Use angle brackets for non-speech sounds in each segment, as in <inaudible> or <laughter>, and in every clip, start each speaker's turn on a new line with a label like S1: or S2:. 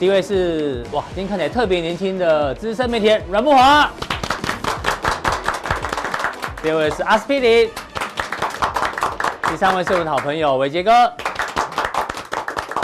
S1: 第一位是哇，今天看起来特别年轻的资深媒体人阮木华，第二位是阿司匹林，第三位是我们的好朋友伟杰哥。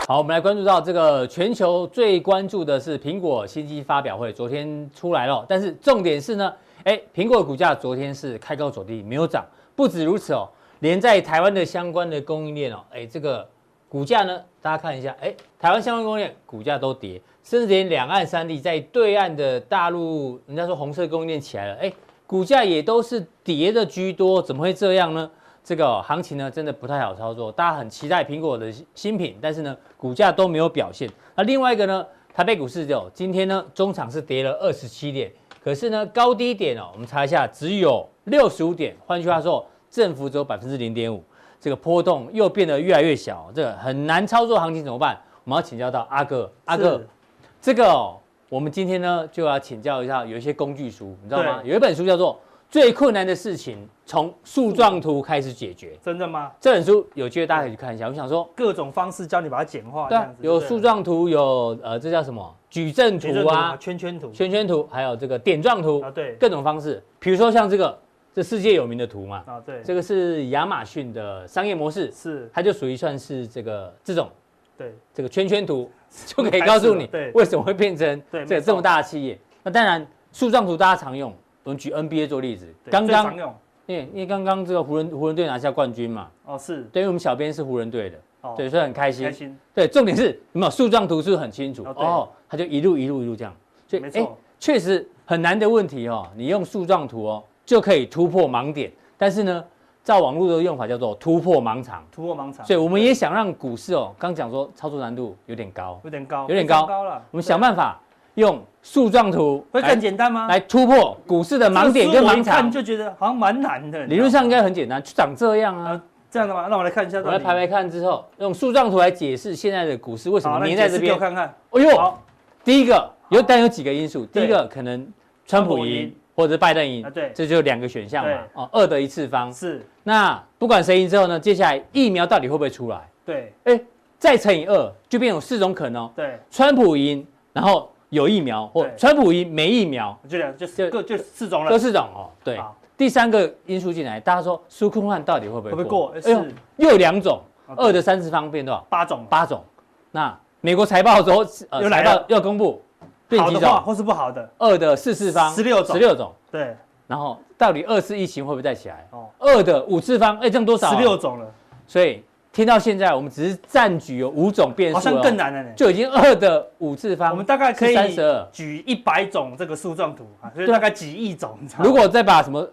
S1: 好，我们来关注到这个全球最关注的是苹果新机发表会，昨天出来了，哦但是重点是呢，哎，苹果的股价昨天是开高走低，没有涨。不止如此哦，连在台湾的相关的供应链哦，哎，这个股价呢，大家看一下，哎，台湾相关供应链股价都跌，甚至连两岸三地在对岸的大陆，人家说红色供应链起来了，哎，股价也都是跌的居多，怎么会这样呢？这个、哦、行情呢，真的不太好操作。大家很期待苹果的新品，但是呢，股价都没有表现。那另外一个呢，台北股市哦，今天呢，中场是跌了二十七点，可是呢，高低点哦，我们查一下，只有六十五点。换句话说，振幅只有百分之零点五，这个波动又变得越来越小，这个很难操作行情怎么办？我们要请教到阿哥，阿啊哥，这个哦，我们今天呢就要请教一下，有一些工具书，你知道吗？有一本书叫做《最困难的事情从树状图开始解决》。
S2: 真的吗？
S1: 这本书有机会大家可以去看一下。我想说，
S2: 各种方式教你把它简化，这
S1: 对
S2: 样
S1: 啊，
S2: 子
S1: 有
S2: 对
S1: 树状图，有呃，这叫什么矩阵
S2: 矩阵
S1: 图啊、
S2: 圈圈图
S1: 圈圈图，还有这个点状图
S2: 啊，，对
S1: 各种方式。比如说像这个，这世界有名的图嘛，
S2: 啊对，
S1: 这个是亚马逊的商业模式，
S2: 是
S1: 它就属于算是这个这种
S2: 对
S1: 这个圈圈
S2: <laughs>
S1: 图，就可以告诉你
S2: 开始了对
S1: 为什么会变成
S2: 对
S1: 这个
S2: 没错
S1: 这么大的企业。那当然，树状图大家常用，我们举 NBA 做例子，
S2: 对
S1: 刚
S2: 最
S1: 刚
S2: 常用
S1: 因为因为刚刚这个湖人湖人队拿下冠军嘛，
S2: 哦是
S1: 对于我们小编是湖人队的，
S2: 哦
S1: 对，所以很开心
S2: 开。心
S1: 对，重点是有没有树状图是不是很清楚
S2: 哦对
S1: 哦，他就一路一路一路这样，所以
S2: 没
S1: 哎
S2: 错，
S1: 确实很难的问题哦，你用树状图哦就可以突破盲点，但是呢，照网络的用法叫做突破盲场，
S2: 突破盲场，
S1: 所以我们也想让股市哦，刚讲说操作难度有点高，
S2: 有点高，
S1: 有点
S2: 非常
S1: 高
S2: 高了，
S1: 我们想办法用树状图
S2: 会
S1: 来
S2: 更简单吗？
S1: 来突破股市的盲点
S2: 这
S1: 跟
S2: 个书我
S1: 盲
S2: 一看
S1: 场，
S2: 就觉得好像蛮难的，你知道吗
S1: 理论上应该很简单，就长这样啊。
S2: 啊这样的吗？那我来看一下，
S1: 我来排排看之后，用树状图来解释现在的股市为什
S2: 好，
S1: 么
S2: 那你
S1: 粘在
S2: 解
S1: 这
S2: 释给
S1: 边
S2: 我。看看，
S1: 哎呦，
S2: 好
S1: 第一个有但有几个因素，第一
S2: 对
S1: 个可能川普
S2: 川普
S1: 赢
S2: 赢
S1: 或者拜登赢
S2: 啊，对
S1: 这就两个选项嘛
S2: 对。
S1: 哦，二的一次方。
S2: 是，
S1: 那不管谁赢之后呢，接下来疫苗到底会不会出来？
S2: 对
S1: 哎，再乘以二，就变有四种可能哦。
S2: 对，
S1: 川普赢，然后有疫苗，或
S2: 对
S1: 川普赢没疫苗，
S2: 就两就
S1: 就
S2: 各就四种
S1: 这
S2: 了，
S1: 四种哦。对
S2: 好，
S1: 第三个因素进来，大家说苏库汉到底会不
S2: 会不
S1: 会
S2: 会
S1: 过
S2: 过？？哎
S1: 哎呦
S2: 是，
S1: 又两种，
S2: 啊对
S1: 二的三次方变多少？
S2: 八种，
S1: 八种。那美国财报之后，呃
S2: 又来
S1: 财报
S2: 了
S1: 要公布，变
S2: 好
S1: 几
S2: 的
S1: 种
S2: 话？或是不好的，
S1: 二的四次方
S2: 16种
S1: 十六种，
S2: 对
S1: 然后到底二次疫情会不会再起来？
S2: 哦，
S1: 二的五次方，哎，这样多少、
S2: 十六，种了，
S1: 所以听到现在，我们只是占据有五种变数、
S2: 好
S1: 哦，
S2: 像更，难了呢。
S1: 就已经二的五次方。
S2: 我们大概可以
S1: 三十二，
S2: 举一百种这个树状图啊，所以
S1: 对
S2: 大概几亿种。你知道吗
S1: 如果再把什么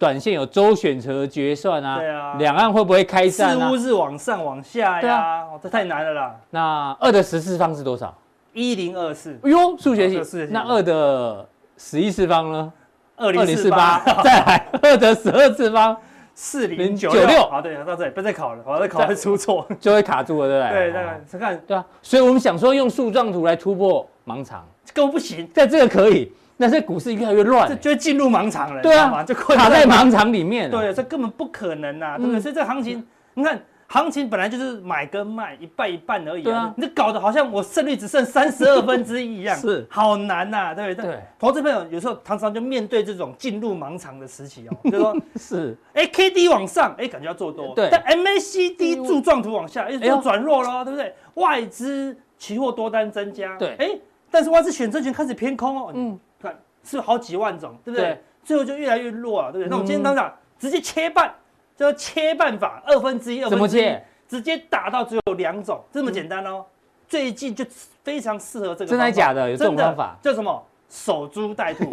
S1: 短线有周选择决算啊，
S2: 对啊
S1: 两岸会不会开
S2: 四
S1: 战啊
S2: 乎？是往上往下
S1: 对啊
S2: 呀，哦，这太难了啦，
S1: 那二的十次方是多少？
S2: 一零二四
S1: 哎呦，数学
S2: 哦这
S1: 系。
S2: 个数学系
S1: 那二的十一次方呢？
S2: 二
S1: 二
S2: 零
S1: 零
S2: 四
S1: 四
S2: 八
S1: 八， <laughs> 再来二的十二次方
S2: 四零九
S1: 096
S2: 六，好，哦对，到这里不要再考了，我要再考
S1: 再
S2: 会出错。
S1: 就会卡住了，对不对？
S2: 对，大概再看
S1: 对啊，所以我们想说用树状图来突破盲场，
S2: 根本不行，
S1: 但这个可以，但是股市越来越乱
S2: 这
S1: 了，
S2: 就会进入盲场了，
S1: 对啊
S2: 你知道吗就困
S1: 卡在。盲场里面了。
S2: 对，这根本不可能呐，对不对？
S1: 嗯
S2: 所以这个行情，你看。行情本来就是买跟卖一半一半而已、
S1: 对啊
S2: 你这搞得好像我胜率只剩三十二分之一一样，
S1: 是
S2: <laughs> 好难呐、对不对？
S1: 对，
S2: 投资朋友有时候常常就面对这种进入盲场的时期哦，就是说，
S1: 是
S2: 哎，K D 往上，哎，感觉要做多，
S1: 对
S2: 但 M A C D 柱状图往下，哎，
S1: 哎呦
S2: 就转弱喽，对不对？外资期货多单增加，
S1: 对
S2: 哎，但是外资选择权开始偏空哦，
S1: 嗯
S2: 嗯，看是好几万种，对不对
S1: 对？
S2: 最后就越来越弱啊了，对不对？那我们今
S1: 嗯
S2: 天当场直接切半，叫切半法，二分之一，二
S1: 怎么
S2: 分之一
S1: 切？嗯
S2: 直接打到只有两种，这么简单哦。最近就非常适合这个，
S1: 真的假的？有这种
S2: 真的
S1: 方法？
S2: 叫什么？守株待兔，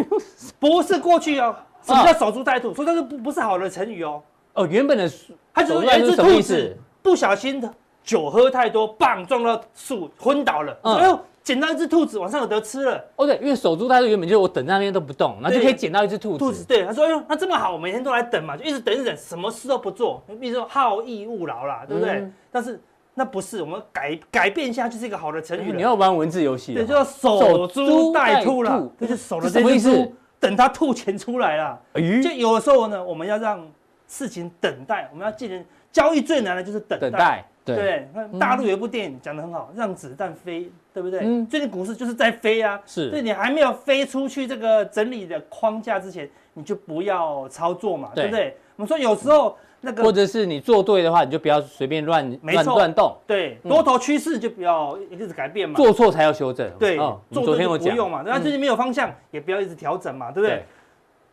S2: 不是过去哦。
S1: 啊
S2: 什么叫守株待兔？所以它是不不是好的成语哦。
S1: 哦，原本的树
S2: 它就
S1: 守
S2: 是
S1: 株待
S2: 有
S1: 兔是
S2: 一只
S1: 什么
S2: 兔
S1: 意思
S2: 子不小心酒喝太多，棒撞到树昏倒了。
S1: 嗯
S2: 哎呦，捡到一只兔子，晚上有得吃了。
S1: 哦对，因为守株待兔原本就是我等在那边都不动，然后就
S2: 对
S1: 可以捡到一只兔
S2: 兔子
S1: 子。
S2: 对他说：“哎呦，那这么好，我每天都来等嘛，就一直等一直等，什么事都不做，比如说好逸恶劳啦，对不对？
S1: 嗯
S2: 但是那不是，我们改改变一下就是一个好的成语
S1: 你
S2: 了。
S1: 要玩文字游戏
S2: 对，
S1: 了，
S2: 就要守株待兔
S1: 嗯守株待
S2: 啦
S1: 兔，
S2: 这就守
S1: 这
S2: 了这
S1: 什么
S2: 只
S1: 意思
S2: 猪，等它吐钱出来啦。就
S1: 鱼
S2: 有的时候呢，我们要让事情等待，我们要进行交易最难的就是等
S1: 等
S2: 待。
S1: 待，
S2: 对不
S1: 对，
S2: 对，那大陆有一部电影讲得很好，让子弹飞，对不对？
S1: 嗯
S2: 最近股市就是在飞啊，
S1: 是
S2: 对你还没有飞出去这个整理的框架之前，你就不要操作嘛，
S1: 对
S2: 对不对？我们说有时候那
S1: 或
S2: 个
S1: 者是你做对的话，你就不要随便乱
S2: 没
S1: 乱
S2: 错
S1: 乱动，
S2: 对
S1: 嗯
S2: 多头趋势就不要一直改变嘛，
S1: 做错才要修正。
S2: 对
S1: 哦，你
S2: 做
S1: 昨
S2: 对
S1: 天
S2: 就
S1: 我
S2: 不
S1: 讲，嗯
S2: 用嘛，那最近没有方向也不要一直调整嘛，对不对？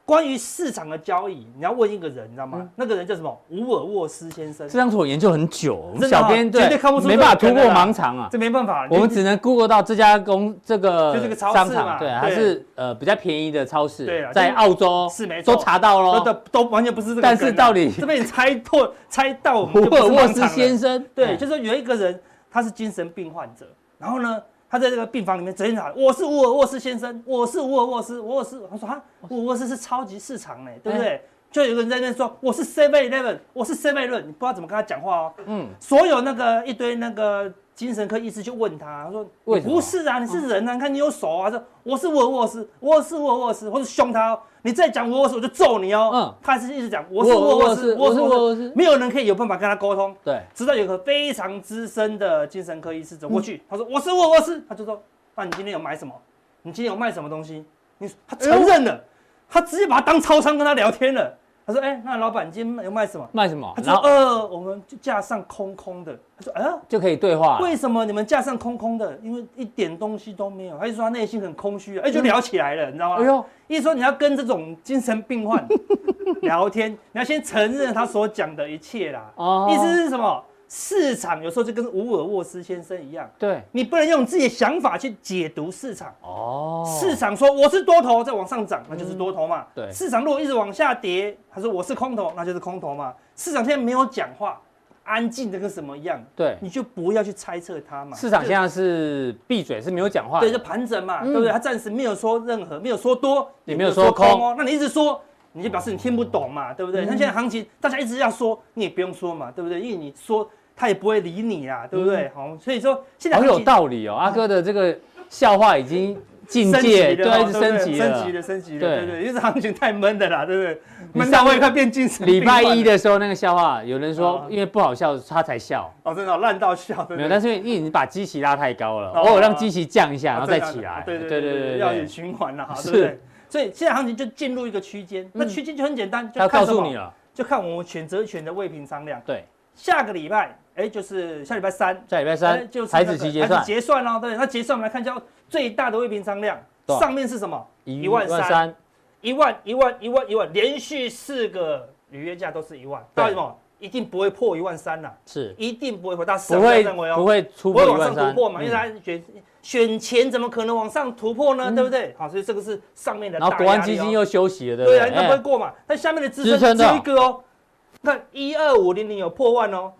S2: 关于市场的交易，你要问一个人，你知道
S1: 嗯
S2: 吗？那个人叫什么？伍尔沃斯先生
S1: 这。张图我研究很久，我们
S2: 真的
S1: 小
S2: 哦
S1: 编
S2: 绝对看不出
S1: 没
S2: 这
S1: 办法
S2: 个
S1: 突
S2: 梗
S1: 破
S2: 的啦
S1: 盲肠啊。
S2: 这没办法，
S1: 我们
S2: 就
S1: 只能 Google 到这家公这个
S2: 就这个超市
S1: 商
S2: 嘛
S1: 场，对，
S2: 对
S1: 它是呃比较便宜的超市，
S2: 对啊
S1: 在
S2: 就是
S1: 澳洲
S2: 是没
S1: 都
S2: 错
S1: 查到
S2: 都都
S1: 喽。
S2: 都完全不是这个梗
S1: 但
S2: 啊。
S1: 是到底
S2: 这被你猜破猜到，我
S1: 福
S2: 们就不是
S1: 尔沃
S2: 盲
S1: 斯
S2: 场
S1: 先
S2: 了。
S1: 生，
S2: 对，
S1: 哎
S2: 就是说有一个人他是精神病患者，然后呢，他在这个病房里面整天喊我是沃尔沃斯先生，我是沃尔沃斯，我是他说哈，沃尔沃斯是超级市场呢，对不对？就有个人在那边说我是 Seven Eleven，我是 Seven Eleven，你不知道怎么跟他讲话哦。
S1: 嗯，
S2: 所有那个一堆那个精神科医师就问他，他说
S1: 为
S2: 你
S1: 什么
S2: 不是啊，你是人啊，你看你有手啊，他说我是沃尔沃斯，我是沃尔沃斯，或者凶他、哦，你再讲沃尔沃斯我就揍你哦。
S1: 嗯
S2: 嗯，他是一直讲我是沃尔沃斯，
S1: 沃尔
S2: 我
S1: 沃斯我
S2: 是
S1: 是沃尔
S2: 沃
S1: 沃
S2: 尔沃
S1: 斯
S2: 斯，没有人可以有办法跟他沟通。
S1: 对，
S2: 直到有个非常资深的精神科医师走过
S1: 嗯
S2: 去，他说我是沃尔沃斯，他就说那你今天有买什么？你今天有卖什么东西？你他承
S1: 嗯
S2: 认了，他直接把他当超商跟他聊天了。他说哎、那老板你今天有卖什么？
S1: 卖什么
S2: 他？
S1: 嗯然
S2: 说
S1: 后嗯
S2: 呃我们就架上空空的。他说哎、呀
S1: 就可以对话了，
S2: 为什么你们架上空空的？因为一点东西都没有。他就说他内心很空虚、啊，哎、
S1: 嗯
S2: 就聊起来了，你知道吗？
S1: 哎呦，
S2: 意思说你要跟这种精神病患 <laughs> 聊天，你要先承认他所讲的一切啦。
S1: 哦
S2: 意思是什么？市场有时候就跟伍尔沃斯先生一样，
S1: 对，
S2: 你不能用自己的想法去解读市场。
S1: 哦，
S2: 市场说我是多头，再往上涨，那就是多头嘛。
S1: 嗯对
S2: 市场如果一直往下跌，他说我是空头，那就是空头嘛。市场现在没有讲话，安静的跟什么一样，
S1: 对，
S2: 你就不要去猜测它嘛。
S1: 市场
S2: 就
S1: 现在是闭嘴，是没有讲话的，
S2: 对，就盘整嘛，
S1: 嗯
S2: 对不对？他暂时没有说任何，没有说多，
S1: 也没有说空嗯
S2: 哦。那你一直说，你就表示你听不懂嘛，对不对？像现在行情，大家一直要说，你也不用说嘛，对不对？因为你说他也不会理你啦，对不对？好，所以说现
S1: 嗯
S2: 在
S1: 好
S2: 行
S1: 有
S2: 情
S1: 道理哦。阿哥的这个笑话已经境
S2: 升级
S1: 界，
S2: 了哦
S1: 对，是啊
S2: 对不
S1: 升级
S2: 对升级
S1: 了。
S2: 了，升级
S1: 对
S2: 了，对对，因为这行情太闷的啦，对不对？
S1: 你
S2: 闷
S1: 上
S2: 到会快变精神病
S1: 礼拜一
S2: 患
S1: 的时候那个笑话，有人说
S2: 哦
S1: 因为不好笑他才笑，
S2: 哦，真的哦烂到笑，对
S1: 没
S2: 不
S1: 有，
S2: 对
S1: 但？是因为因为你把基期拉太高了，
S2: 哦
S1: 偶尔让基期降一下，然后
S2: 啊
S1: 再
S2: 这样
S1: 起来。
S2: 对对对对对，要有循环了哈，对不
S1: 是嗯
S2: 对？所以现在行情就进入一个区间，那区间就很简单，
S1: 他告
S2: 就看什
S1: 诉你
S2: 么？
S1: 了，
S2: 就看我们选择权的未平仓量。
S1: 对，
S2: 下个礼拜，哎，就是下礼拜三，
S1: 在礼拜
S2: 哎
S1: 三
S2: 就是
S1: 台
S2: 那
S1: 子
S2: 个
S1: 期结算
S2: 台子结算哦，对，那结算我们来看一下最大的未平仓量
S1: 多，少
S2: 上面是什么？
S1: 一
S2: 万
S1: 万
S2: 三，
S1: 三，
S2: 一万，一万，一万，一万，连续四个履约价都是一万，
S1: 对
S2: 到底什么？一定不会破一万三呐，
S1: 是
S2: 一定不会破，大家
S1: 不
S2: 不
S1: 会
S2: 认为
S1: 不
S2: 哦，
S1: 会突
S2: 不
S1: 破
S2: 会
S1: 一
S2: 往
S1: 万
S2: 上
S1: 三，
S2: 突破嘛，因为
S1: 嗯
S2: 大家选选前怎么可能往上突破呢？对不对？好，所以这个是上面的大
S1: 然
S2: 压力哦。
S1: 后国安基金又休息了，对不
S2: 对啊，
S1: 对？
S2: 应该不会
S1: 哎
S2: 过嘛。但下面的支
S1: 支撑
S2: 撑只
S1: 的
S2: 有一个哦，看一二五零零有破万哦，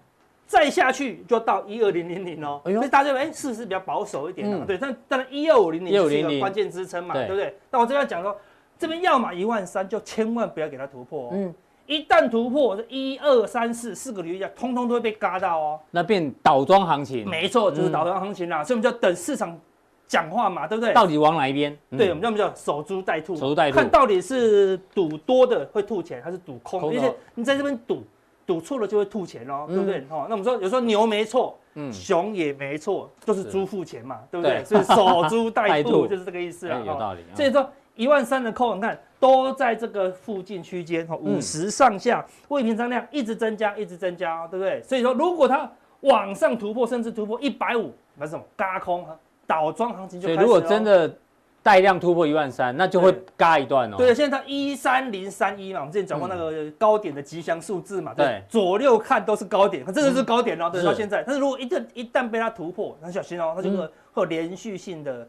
S2: 再下去就到一二零零零哦。
S1: 哎
S2: 所
S1: 呦
S2: 以大家哎，是不是比较保守一点啊
S1: 嗯？
S2: 对，但当然一二五零零是一
S1: 12500
S2: 个关键支撑嘛，
S1: 对
S2: 对不对？那我这边要讲说，这边要么一万三，就千万不要给它突破哦。
S1: 嗯，
S2: 一旦突破，这一二三四四个零一通通都会被嘎到哦。
S1: 那变倒装行情，
S2: 没错，就是
S1: 嗯
S2: 导弹行情啦，所以我们就要等市场讲话嘛，对不对？
S1: 到底往哪一边？嗯
S2: 对，我们叫我们叫守株待兔嘛，
S1: 守株待兔
S2: 看到底是赌多的会吐钱，还是赌空的？
S1: 空
S2: 而
S1: 的哦
S2: 且你在这边赌，赌错了就会吐钱哦，
S1: 嗯
S2: 对不对？哦，那我们说有时候牛没错，
S1: 嗯
S2: 熊也没错，就是猪付钱嘛，对不
S1: 对
S2: 对？所以守
S1: <laughs>
S2: 株
S1: 待
S2: 待
S1: 兔
S2: 兔就是这个意思
S1: 哎
S2: 啊。
S1: 有
S2: 哦
S1: 道理。
S2: 所以说一万三的扣，你看都在这个附近区间，哈，
S1: 嗯
S2: 五十上下，未平仓量一直增加，一直增加哦，对不对？所以说，如果它往上突破，甚至突破一百五，那是什么？嘎空倒装行情就
S1: 所以
S2: 开始哦
S1: 如果
S2: 咯
S1: 真的带量突破一万三，那就会
S2: 对
S1: 嘎一段哦。嗯
S2: 对，现在它一三零三一嘛，我们之前讲过那个高点的吉祥数字嘛，
S1: 对嗯
S2: 对，左右看都是高点，它真的是高点哦，对，
S1: 是嗯
S2: 到现在。但是如果一旦一旦被它突破，很小心哦，它就会会有连续性的。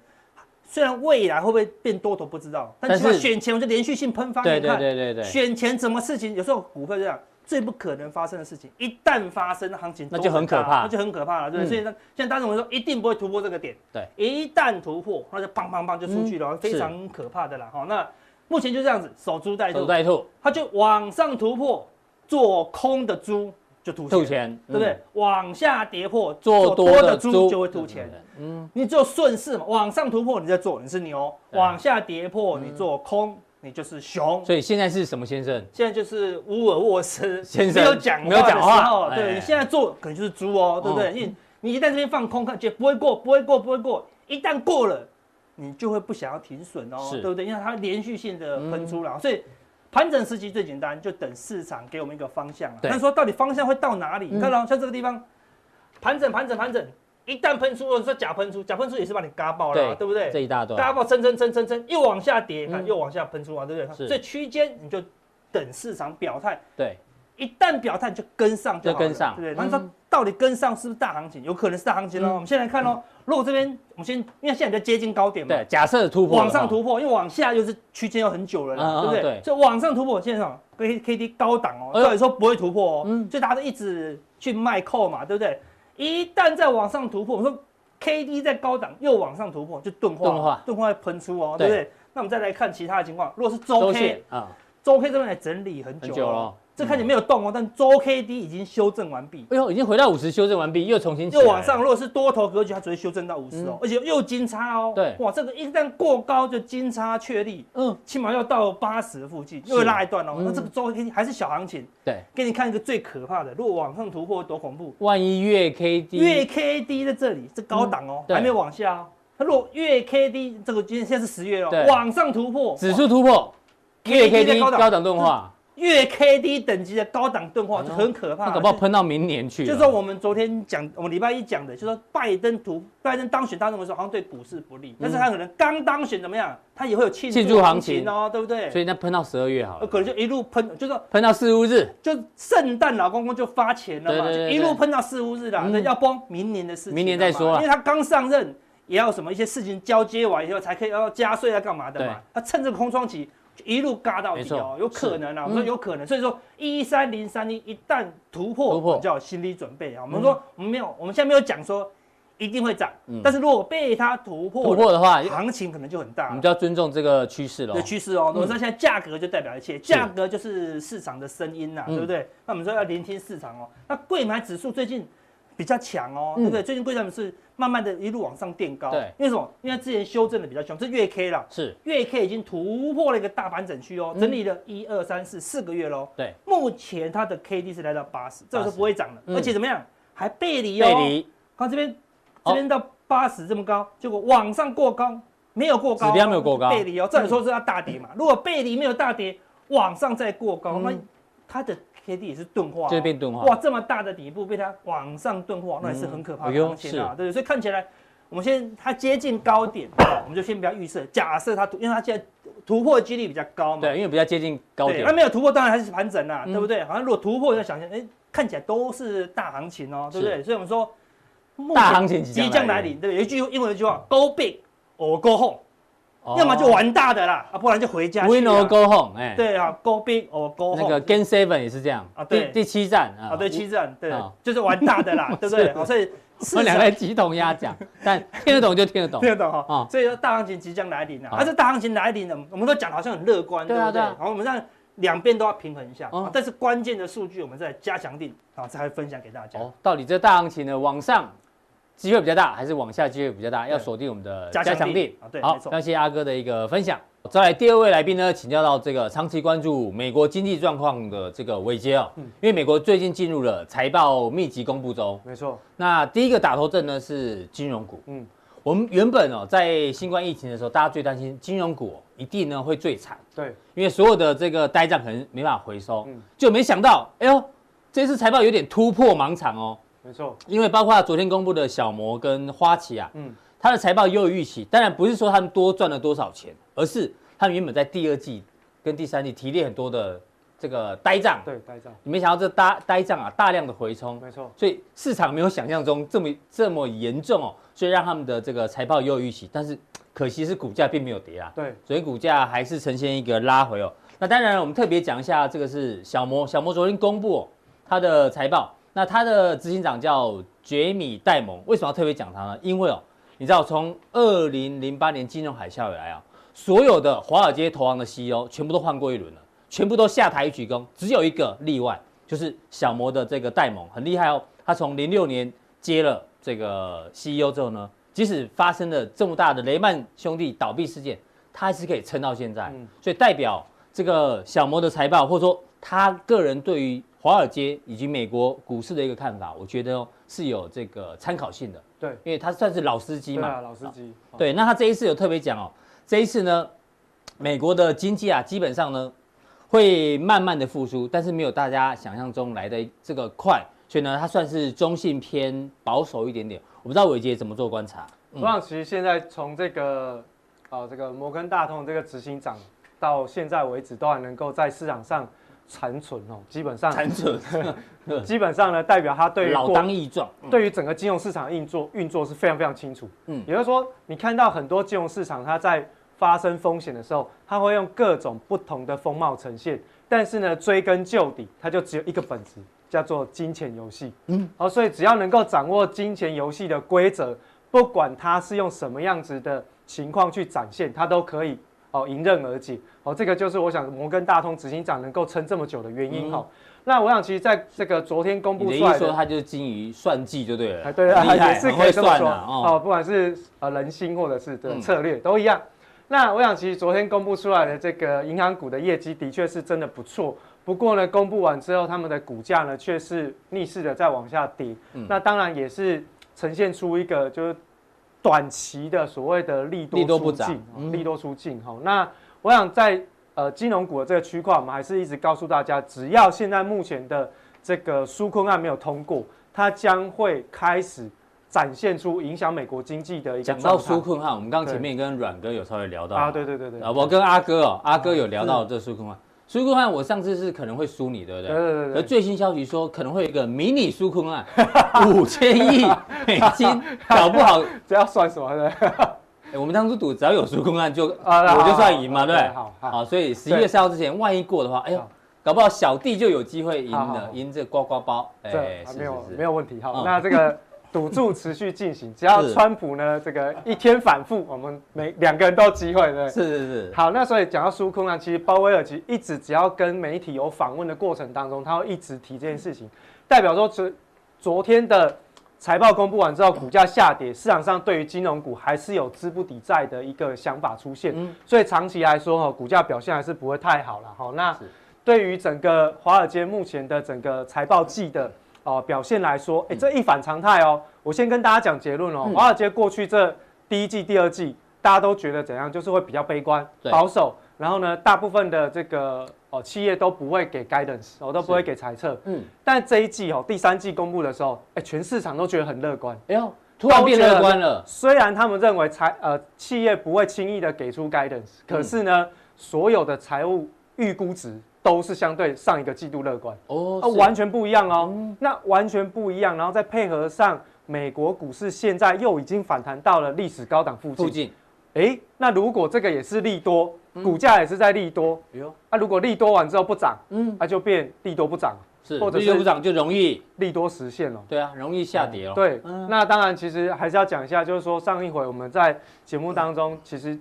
S2: 虽然未来会不会变多头不知道，但
S1: 但
S2: 起码
S1: 是
S2: 选前我就连续性喷发，
S1: 对
S2: 你
S1: 对
S2: 看
S1: 对对对，
S2: 选前什么事情，有时候股票就这样，最不可能发生的事情，一旦发生，行情
S1: 那
S2: 都
S1: 就很可
S2: 大
S1: 怕嗯
S2: 那就很可怕了，对不对。所以呢，现在大众我说一定不会突破这个点，
S1: 对，
S2: 一旦突破，那就砰砰砰就出去了，
S1: 嗯
S2: 非常可怕的啦。哈，那目前就这样子，守株待
S1: 守
S2: 兔，
S1: 在兔
S2: 它就往上突破，做空的猪就吐
S1: 吐
S2: 钱，
S1: 钱，嗯
S2: 对不对？往下跌破，
S1: 做多
S2: 多
S1: 的
S2: 猪
S1: 猪
S2: 就会吐钱。，
S1: 嗯，
S2: 你只有顺势嘛，往上突破你在做，你是牛；哦
S1: 对嗯
S2: 往下跌破你做空，你就是熊。
S1: 所以现在是什么先生？
S2: 现在就是乌尔沃斯
S1: 先生
S2: 没有讲
S1: 没有讲
S2: 话
S1: 话
S2: 的时候，
S1: 哎
S2: 对你现在做可能就是猪哦，对不对？
S1: 嗯
S2: 你你一旦这边放空，看觉得不会过，不会过，不会过，一旦过了，你就会不想要停损哦，
S1: 是嗯
S2: 对不对？因为它连续性的喷出了，所以盘整时期最简单，就等市场给我们一个方向啊。
S1: 对嗯
S2: 但说到底方向会到哪里？你看到像这个地方，盘整盘整盘整，一旦喷出，或者说假喷出，假喷出也是把你嘎爆了啊，
S1: 对
S2: 对不对？
S1: 这一大
S2: 大家
S1: 段，
S2: 把撑撑撑撑撑，又往下跌，看
S1: 嗯
S2: 又往下喷出啊，对不对？
S1: 是
S2: 所以区间你就等市场表态，
S1: 对，
S2: 一旦表态你就跟上就
S1: 就
S2: 好了
S1: 跟上
S2: 对不对？
S1: 嗯
S2: 那说到底跟上是不是大行情？有可能是大行情哦。
S1: 嗯
S2: 我们先来看哦，如果这边我们先，因为现在比较接近高点嘛
S1: 对，，假设突破的话
S2: 往上突破，因为往下又是区间又很久了
S1: 嗯
S2: 啦，
S1: 嗯
S2: 对不对
S1: 对？
S2: 所以往上突破，现在哦 K K D 高档哦，
S1: 哎呦
S2: 照理说不会突破哦，
S1: 嗯
S2: 所以大家都一直去卖扣嘛，对不对？一旦再往上突破，我们说 K D 在高档又往上突破，就钝化，
S1: 钝化，
S2: 钝化会喷出哦，对不对？那我们再来看其他的情况，如果是周 K，
S1: 啊，
S2: 周 K 这边也整理很
S1: 很
S2: 久
S1: 久
S2: 了
S1: 了嗯
S2: 哦，这看起来没有动哦，但周 K D 已经修正完毕。
S1: 哎呦，已经回到五十，修正完毕，又重新起来嗯
S2: 又往上，如果是多头格局，它只会修正到五十哦，而且又金叉哦。
S1: 对
S2: 哇，这个一旦过高就金叉确立，
S1: 嗯，
S2: 起码要到八十附近，又会拉一段哦。
S1: 嗯
S2: 那这个周 K D 还是小行情，
S1: 对，
S2: 给你看一个最可怕的，如果往上突破多恐怖，
S1: 万一月 K D
S2: 月 K D 在这里，这高档哦
S1: 嗯，对
S2: 还没往下哦。它如果月 K D 这个今天现在是十月哦
S1: 对，
S2: 往上突破，
S1: 指数突破，月 K
S2: KD
S1: D
S2: 高档嗯
S1: 高档钝化，
S2: 月 K D 等级的高档钝化，
S1: 哎呦
S2: 这很可怕。
S1: 那搞不好
S2: 就
S1: 喷到明年去了。
S2: 就说我们昨天讲，我们礼拜一讲的，就说拜登图拜登当选大总统的时候，好像对股市不利，但是他可能刚当选怎么样，他也会有庆
S1: 嗯庆祝行情
S2: 哦，对不对？
S1: 所以那喷到十二月好
S2: 呃
S1: 了，
S2: 可能就一路喷，就是说
S1: 喷到四五日，
S2: 就圣诞老公公就发钱了嘛，
S1: 对对对对
S2: 就一路喷到四五日了，
S1: 嗯
S2: 那要崩明年的事情了嘛，
S1: 明年再说啊
S2: 因为他刚上任，也要有什么一些事情交接完以后才可以要加税啊干嘛的
S1: 对
S2: 嘛，他趁这个空窗期就一路嘎到
S1: 没
S2: 底
S1: 错
S2: 哦，有可能啊，我们说
S1: 嗯
S2: 有可能，所以说一三零三一一旦突破，
S1: 突破
S2: 我们就要有心理准备啊，我们说我们没有，我们现在没有讲说一定会涨
S1: 嗯，
S2: 但是如果被它突破了，
S1: 突破的话，
S2: 行情可能就很大
S1: 我
S2: 了
S1: 们。就要尊重这个趋势喽
S2: 的。趋势哦。我说现在价格就代表一切，价格就是市场的声音呐、
S1: 嗯
S2: 对不对？那我们说要聆听市场哦。那贵买指数最近比较强哦，
S1: 嗯
S2: 对不对？最近贵买指数是慢慢的一路往上垫高，
S1: 对
S2: 因为什么？因为它之前修正的比较凶，这月 K 啦，
S1: 是，
S2: 月 K 已经突破了一个大盘整区哦，整理了一二三四四个月喽。
S1: 对，
S2: 目前它的 K D 是来到八十，这个是
S1: 80
S2: 不会涨了，
S1: 嗯
S2: 而且怎么样，还背离哦。
S1: 背离
S2: 看这边，
S1: 哦
S2: 这边到八十这么高，结果往上过高，没有过高，
S1: 指标没有过高嗯
S2: 背离哦。照理说是要大跌嘛，如果背离没有大跌，往上再过高，
S1: 嗯
S2: 那它的 K D 也是钝化哦、
S1: 就变钝化
S2: 哇，这么大的底部被它往上钝化，那也是很可怕
S1: 嗯哎
S2: 的
S1: 呦
S2: 行情啊，对不对？所以看起来。我们先，它接近高点，我们就先不要预设。假设它突，因为它现在突破的几率比较高嘛，
S1: 对，因为比较接近高
S2: 对，啊
S1: 点
S2: 那，没有突破当然还是盘整啦，
S1: 嗯
S2: 对不对？好像如果突破，就想象，哎，看起来都是大行情哦，对不对？所以我们说，目前
S1: 大行情即
S2: 即
S1: 将
S2: 将来
S1: 来
S2: 临，
S1: 临
S2: 对不对？有一句英文有一句话，Go big or go home，
S1: 哦
S2: 要么就玩大的啦，啊，不然就回家去啊。
S1: Win or Go Home，哎，，
S2: 对啊，Go big or go
S1: 那
S2: home。
S1: 个 Game Seven 也是这样
S2: 啊，
S1: 第
S2: 对
S1: 第七站啊
S2: 啊，对，七战，对
S1: 啊，
S2: 就是玩
S1: <laughs>
S2: 大的啦，对不对？好，所以
S1: 我
S2: 市
S1: 们两
S2: 场
S1: 个鸡同鸭讲，但听得懂就听得懂
S2: <laughs> 听。得懂哈
S1: 啊？
S2: 所以说大行情即将来临了，啊
S1: 好
S2: 但是大行情来临了，我们都讲好像很乐观，对
S1: 对啊
S2: 不对？
S1: 对啊
S2: 好，我们让两边都要平衡一下啊
S1: 哦，
S2: 但是关键的数据我们再加强定，啊，再分享给大家。
S1: 哦，到底这大行情呢，往上机会比较大，还是往下机会比较大？
S2: 对
S1: 要锁定我们的
S2: 加强定啊对
S1: 好
S2: 没，错
S1: 那谢谢阿哥的一个分享。再来第二位来宾呢，请教到这个长期关注美国经济状况的这个维杰哦，
S2: 嗯
S1: 因为美国最近进入了财报密集公布周，
S3: 没错，
S1: 那第一个打头阵呢是金融股，嗯
S3: 嗯，
S1: 我们原本哦在新冠疫情的时候，大家最担心金融股、哦、一定呢会最惨，
S3: 对，
S1: 因为所有的这个呆账可能没办法回收，
S3: 嗯
S1: 就没想到，哎呦，这次财报有点突破盲场哦，
S3: 没错，
S1: 因为包括昨天公布的小摩跟花旗啊，
S3: 嗯，
S1: 它的财报优于预期，当然不是说他们多赚了多少钱，而是他们原本在第二季跟第三季提炼很多的这个呆账，
S3: 对，呆账，
S1: 你没想到这呆呆账啊大量的回冲，
S3: 没错，
S1: 所以市场没有想象中这么这么严重哦，所以让他们的这个财报优于预期，但是可惜是股价并没有跌啊，
S2: 对，
S1: 所以股价还是呈现一个拉回哦。那当然，我们特别讲一下，这个是小摩，小摩昨天公布、哦、他的财报，那他的执行长叫杰米戴蒙，为什么要特别讲他呢？因为哦，你知道从二零零八年金融海啸以来啊，所有的华尔街投行的 CEO 全部都换过一轮了，全部都下台鞠躬，只有一个例外，就是小摩的这个戴蒙很厉害哦，他从零六年接了这个 CEO 之后呢，即使发生了这么大的雷曼兄弟倒闭事件，他还是可以撑到现
S3: 嗯
S1: 在，所以代表这个小摩的财报，或者说他个人对于华尔街以及美国股市的一个看法，我觉得哦是有这个参考性的，
S3: 对，
S1: 因为他算是老司机
S3: 对
S1: 嘛，
S3: 啊，老司机，哦，
S1: 对，那他这一次有特别讲哦，这一次呢，美国的经济啊，基本上呢会慢慢的复苏，但是没有大家想象中来的这个快，所以呢，它算是中性偏保守一点点。我不知道伟杰怎么做观察，
S3: 我想其实现在从这个呃这个摩根大通这个执行长到现在为止，都还能够在市场上残存哦，基本上
S1: 残存
S3: <laughs>
S1: <laughs>
S3: 基本上呢，代表他对于
S1: 老
S3: 过
S1: 当益壮，
S3: 对于整个金融市场运作运作是非常非常清楚。
S1: 嗯
S3: 嗯，也就是说，你看到很多金融市场它在发生风险的时候，它会用各种不同的风貌呈现，但是呢，追根究底，它就只有一个本质，叫做金钱游戏。嗯，好，所以只要能够掌握金钱游戏的规则，不管它是用什么样子的情况去展现，它都可以。哦，迎刃而解。哦，这个就是我想摩根大通执行长能够撑这么久的原因。哦，那我想其实在这个昨天公
S1: 嗯你
S3: 布
S1: 的意
S3: 出来
S1: 思
S3: 的
S1: 说，他就是精于算计就对了，
S3: 哎，对，
S1: 很厉害，
S3: 也是
S1: 很
S3: 可
S1: 会
S3: 以这么
S1: 算
S3: 说
S1: 啊，哦，
S3: 哦，不管是呃人心或者是对
S1: 嗯
S3: 策略都一样。那我想，其实昨天公布出来的这个银行股的业绩的确是真的不错，不过呢，公布完之后，他们的股价呢却是逆势的在往下跌。
S1: 嗯
S3: 那当然也是呈现出一个就是短期的所谓的利多
S1: 利多不
S3: 出
S1: 涨
S3: 尽哦
S1: 嗯
S3: 利多出尽哈、那我想在呃金融股的这个区块，我们还是一直告诉大家，只要现在目前的这个纾困案没有通过，它将会开始展现出影响美国经济的一个
S1: 讲到
S3: 状
S1: 纾
S3: 态
S1: 困哈，我们刚刚前面跟阮哥有稍微聊到
S3: 啊，对对对对，嗯
S1: 啊，我跟阿哥哦，阿哥有聊到这纾困案，纾困案我上次是可能会输你，对不对？
S3: 对对对对
S1: 而最新消息说可能会有一个迷你纾困案，五千亿美
S3: <laughs>
S1: 金，搞不好，
S3: <laughs> 这要算什么
S1: <laughs>
S3: 呢？
S1: 哎我们当初赌只要有纾困案就
S3: 啊那
S1: 我就
S3: 好
S1: 算赢嘛，
S3: 好
S1: 对不对？
S3: 好好
S1: 好，所以十一月
S3: 对
S1: 三号之前万一过的话，哎呦
S3: 好，
S1: 搞不好小弟就有机会赢
S3: 好好
S1: 了
S3: 好，
S1: 赢这刮刮包，
S3: 这
S1: 哎，
S3: 啊
S1: 是
S3: 没有
S1: 是
S3: 没
S1: 是，
S3: 有问题哈
S1: 嗯。
S3: 那这个赌注持续进行，只要
S1: 是
S3: 川普呢这个一天反复，我们每两个人都有机会，对不对？
S1: 是是是，
S3: 好，那所以讲到纾困案，其实鲍威尔其实一直只要跟媒体有访问的过程当中，他会一直提这件事情，代表说昨昨天的财报公布完之后，股价下跌，市场上对于金融股还是有资不抵债的一个想法出现，
S1: 嗯
S3: 所以长期来说，哈，股价表现还是不会太好了，哈。那
S1: 是
S3: 对于整个华尔街目前的整个财报季的哦表现来说，
S1: 嗯
S3: 哎，这一反常态哦。我先跟大家讲结论哦，华尔街过去这第一季、第二季，大家都觉得怎样，就是会比较悲观、
S1: 对
S3: 保守，然后呢，大部分的这个哦企业都不会给 guidance，哦都不会
S1: 是
S3: 给猜测。
S1: 嗯，
S3: 但这一季哦，第三季公布的时候，哎，全市场都觉得很乐观。
S1: 哎呦，突然变乐观了，
S3: 虽然他们认为财呃企业不会轻易的给出 guidance，可是呢，
S1: 嗯
S3: 所有的财务预估值都是相对上一个季度乐观，
S1: 哦
S3: 啊，，
S1: 是嗯
S3: 完全不一样哦。那完全不一样，然后再配合上美国股市现在又已经反弹到了历史高档附近，
S1: 附近，嗯
S3: 诶，那如果这个也是利多，股价也是在利多，
S1: 哎呦，
S3: 啊，如果利多完之后不涨，
S1: 嗯，
S3: 那、就变利多不涨，
S1: 是，
S3: 或者
S1: 利率
S3: 是
S1: 不涨就容易，
S3: 利多实现了。
S1: 对啊，容易下跌哦，
S3: 对，
S1: 嗯
S3: 那当然，其实还是要讲一下，就是说上一回我们在节目当中其实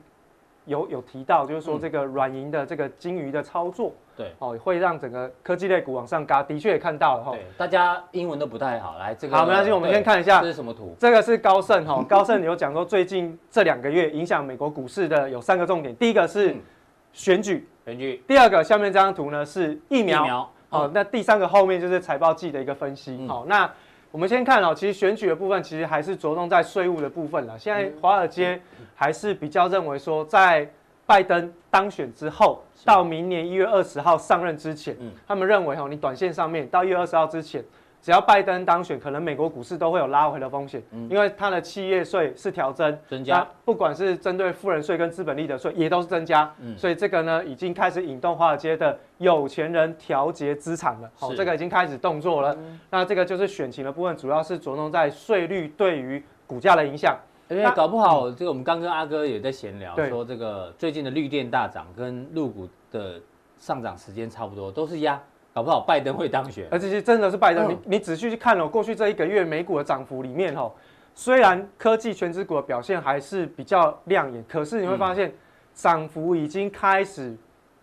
S3: 有有提到，就是说这个软银的这个金鱼的操作
S1: 对。
S3: 哦，会让整个科技类股往上嘎，的确也看到了哈。哦
S1: 对，大家英文都不太好，来这个
S3: 好没关系我们
S1: 对
S3: 先看一下
S1: 这是什么图。
S3: 这个是高盛
S1: <laughs>
S3: 哈，高盛有讲说最近这两个月影响美国股市的有三个重点，第一个是
S1: 嗯
S3: 选举，
S1: 根据
S3: 第二个下面这张图呢是疫苗，嗯好、
S1: 哦，
S3: 那第三个后面就是财报季的一个分析。好、
S1: 嗯
S3: 那我们先看哦，其实选举的部分其实还是着重在税务的部分了。
S1: 嗯
S3: 现在华尔街还是比较认为说，在拜登当选之后，到明年一月二十号上任之前，
S1: 嗯
S3: 他们认为哦，你短线上面到一月二十号之前，只要拜登当选，可能美国股市都会有拉回的风险，因为它的企业税是调增，
S1: 嗯增加
S3: 那不管是针对富人税跟资本利得税也都是增加，
S1: 嗯
S3: 所以这个呢已经开始引动华尔街的有钱人调节资产了，好、
S1: 是嗯
S3: 这个已经开始动作了。那这个就是选情的部分，主要是着重在税率对于股价的影响。嗯
S1: 因为搞不好这个我们刚跟阿哥也在闲聊，
S3: 对
S1: 说这个最近的绿电大涨跟入股的上涨时间差不多，都是压，搞不好拜登会当选
S3: 而。这些真的是拜登，
S1: 嗯
S3: 你你仔细去看哦，过去这一个月美股的涨幅里面哦，虽然科技全指股的表现还是比较亮眼，可是你会发
S1: 嗯
S3: 现涨幅已经开始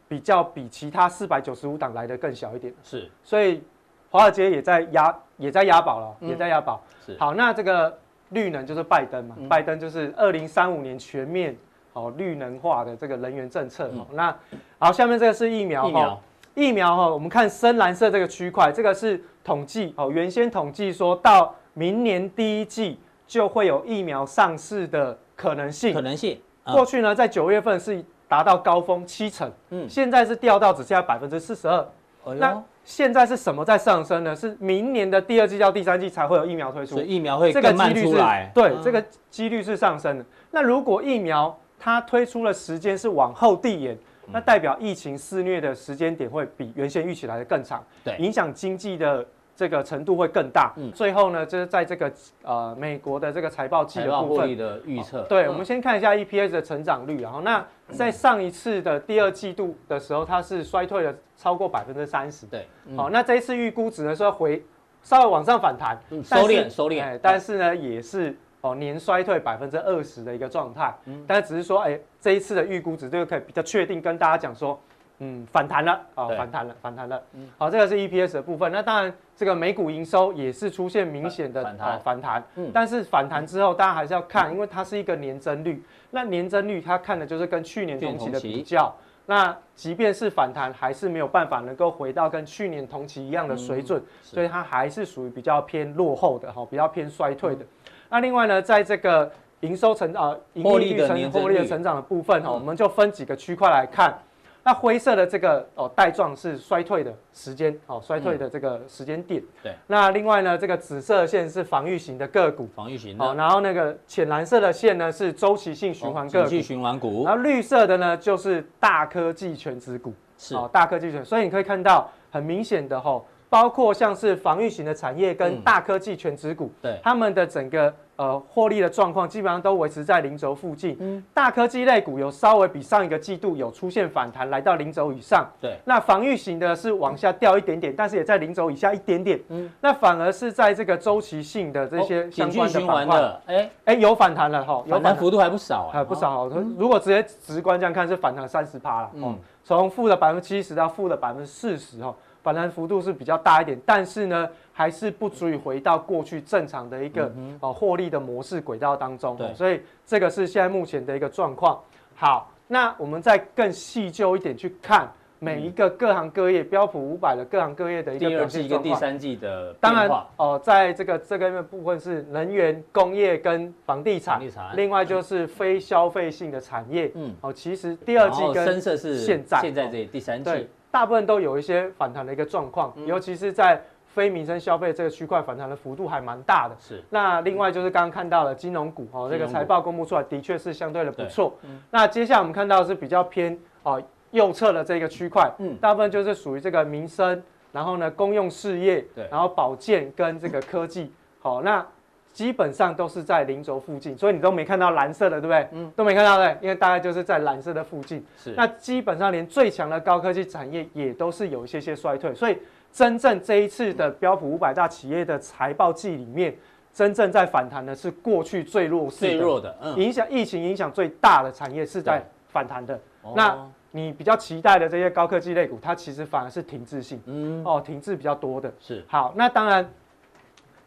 S3: 比较比其他四百九十五档来的更小一点，
S1: 是
S3: 所以华尔街也在押也在押宝了，也在押宝。
S1: 嗯是，
S3: 好，那这个绿能就是拜登嘛，
S1: 嗯
S3: 拜登就是二零三五年全面哦绿能化的这个能源政策哦。那好，下面这个是疫苗
S1: 嗯疫苗
S3: 哦，疫苗哦，我们看深蓝色这个区块，这个是统计哦，原先统计说到明年第一季就会有疫苗上市的可能性
S1: 可。能性。啊
S3: 过去呢，在九月份是达到高峰七成，
S1: 嗯，
S3: 现在是掉到只剩下百分之四十二。
S1: 哎呦
S3: 那现在是什么在上升呢？是明年的第二季到第三季才会有疫苗推出
S1: 所，以疫苗会
S3: 这个
S1: 更
S3: 几
S1: 慢
S3: 率
S1: 出
S3: 是
S1: 来。
S3: 对，
S1: 嗯
S3: 这个几率是上升的。那如果疫苗它推出的时间是往后递延，
S1: 嗯
S3: 那代表疫情肆虐的时间点会比原先预期来的更长，
S1: 对
S3: 影响经济的。这个程度会更大。
S1: 嗯
S3: 最后呢，就是在这个呃美国的这个财报季
S1: 财
S3: 的
S1: 报获
S3: 部分哦
S1: 利，的嗯预测。
S3: 对，我们先看一下 EPS 的成长率，然后那
S1: 嗯
S3: 在上一次的第二季度的时候，它是衰退了超过百分之三十。
S1: 对，嗯
S3: 好，那这一次预估只能说回稍微往上反弹
S1: 嗯，
S3: 但
S1: 收敛
S3: 是
S1: 收敛
S3: 哎但是呢，也是哦年衰退百分之二十的一个状态，
S1: 嗯
S3: 但只是说哎这一次的预估值就可以比较确定跟大家讲说。嗯，反弹了啊，
S1: 对嗯
S3: 反弹了，反弹了。好，这个是 EPS 的部分。那当然，这个每股营收也是出现明显的
S1: 反反弹
S3: 呃反弹
S1: 嗯。
S3: 但是反弹之后，大家还是要看，因为它是一个年增率。那年增率它看的就是跟去年
S1: 去年
S3: 同期的
S1: 同期
S3: 比较。那即便是反弹，还是没有办法能够回到跟去年同期一样的水
S1: 嗯
S3: 准，所以它还是属于比较偏落后的哈，比较偏衰退的。
S1: 嗯
S3: 那另外呢，在这个营收成呃盈
S1: 获利
S3: 利率
S1: 的
S3: 成
S1: 年增
S3: 获利的
S1: 率嗯
S3: 成长的部分哈，我们就分几个区块来看。那灰色的这个哦带状是衰退的时间，哦衰退
S1: 嗯
S3: 的这个时间点。
S1: 对。
S3: 那另外呢，这个紫色线是防御型的个股，
S1: 防御型
S3: 哦，
S1: 的
S3: 然后那个浅蓝色的线呢是周期性循环个
S1: 哦景气，
S3: 股
S1: 循环股
S3: 然后绿色的呢就是大科技全指股，
S1: 是
S3: 哦，大科技全，所以你可以看到很明显的吼、包括像是防御型的产业跟
S1: 嗯
S3: 大科技全指股，
S1: 对
S3: 他们的整个呃获利的状况基本上都维持在零轴附近，
S1: 嗯
S3: 大科技类股有稍微比上一个季度有出现反弹，来到零轴以上，
S1: 对
S3: 那防御型的是往下掉一点点，但是也在零轴以下一点点，
S1: 嗯
S3: 那反而是在这个周期性的这
S1: 哦
S3: 些
S1: 景
S3: 相
S1: 气
S3: 关的
S1: 循
S3: 板
S1: 环
S3: 块，
S1: 的，哎，
S3: 哎、有反弹了哈、有
S1: 反
S3: 弹
S1: 弹幅度还不少
S3: 还
S1: 哎，
S3: 不少哦。如果直接直观这样看，是反弹三十趴了。
S1: 嗯
S3: 嗯，从负的百分之七十到负的百分之四十哦，反弹幅度是比较大一点，但是呢，还是不足以回到过去正常的一个哦获利的模式轨道当中。
S1: 嗯对
S3: 哦所以这个是现在目前的一个状况。好，那我们再更细究一点去看每一个各行各业标普五百的各行各业的一个
S1: 嗯第
S3: 表
S1: 二
S3: 现
S1: 季跟
S3: 状
S1: 第
S3: 况。
S1: 三季的
S3: 当然
S1: 变化
S3: 哦，在这个这个部分是能源、工业跟房地产，
S1: 房地产
S3: 另外就是非消费性的产业。
S1: 嗯
S3: 嗯，哦，其实第二
S1: 然
S3: 季
S1: 后
S3: 跟
S1: 深色是
S3: 现在
S1: 现在
S3: 哦
S1: 这第三季
S3: 对，大部分都有一些反弹的一个状况，
S1: 嗯
S3: 尤其是在非民生消费这个区块反弹的幅度还蛮大的。
S1: 是
S3: 那另外就是刚刚看到了金融股哦，
S1: 金
S3: 这
S1: 融
S3: 个
S1: 股
S3: 财报公布出来的确是相对的不错。那接下来我们看到的是比较偏哦右侧的这个区块，
S1: 嗯
S3: 嗯，大部分就是属于这个民生，然后呢公用事业，
S1: 对
S3: 然后保健跟这个科技，好、那。基本上都是在零轴附近，所以你都没看到蓝色的，对不对？嗯，都没看到对不对，因为大概就是在蓝色的附近。
S1: 是
S3: 那基本上连最强的高科技产业也都是有一些些衰退，所以真正这一次的标普五百大企业的财报季里面，真正在反弹的是过去最弱势的、
S1: 最弱的，嗯，
S3: 影响疫情影响最大的产业是在
S1: 对
S3: 反弹的。
S1: 哦
S3: 那你比较期待的这些高科技类股，它其实反而是停滞性，
S1: 嗯
S3: 哦，停滞比较多的。
S1: 是
S3: 好，那当然，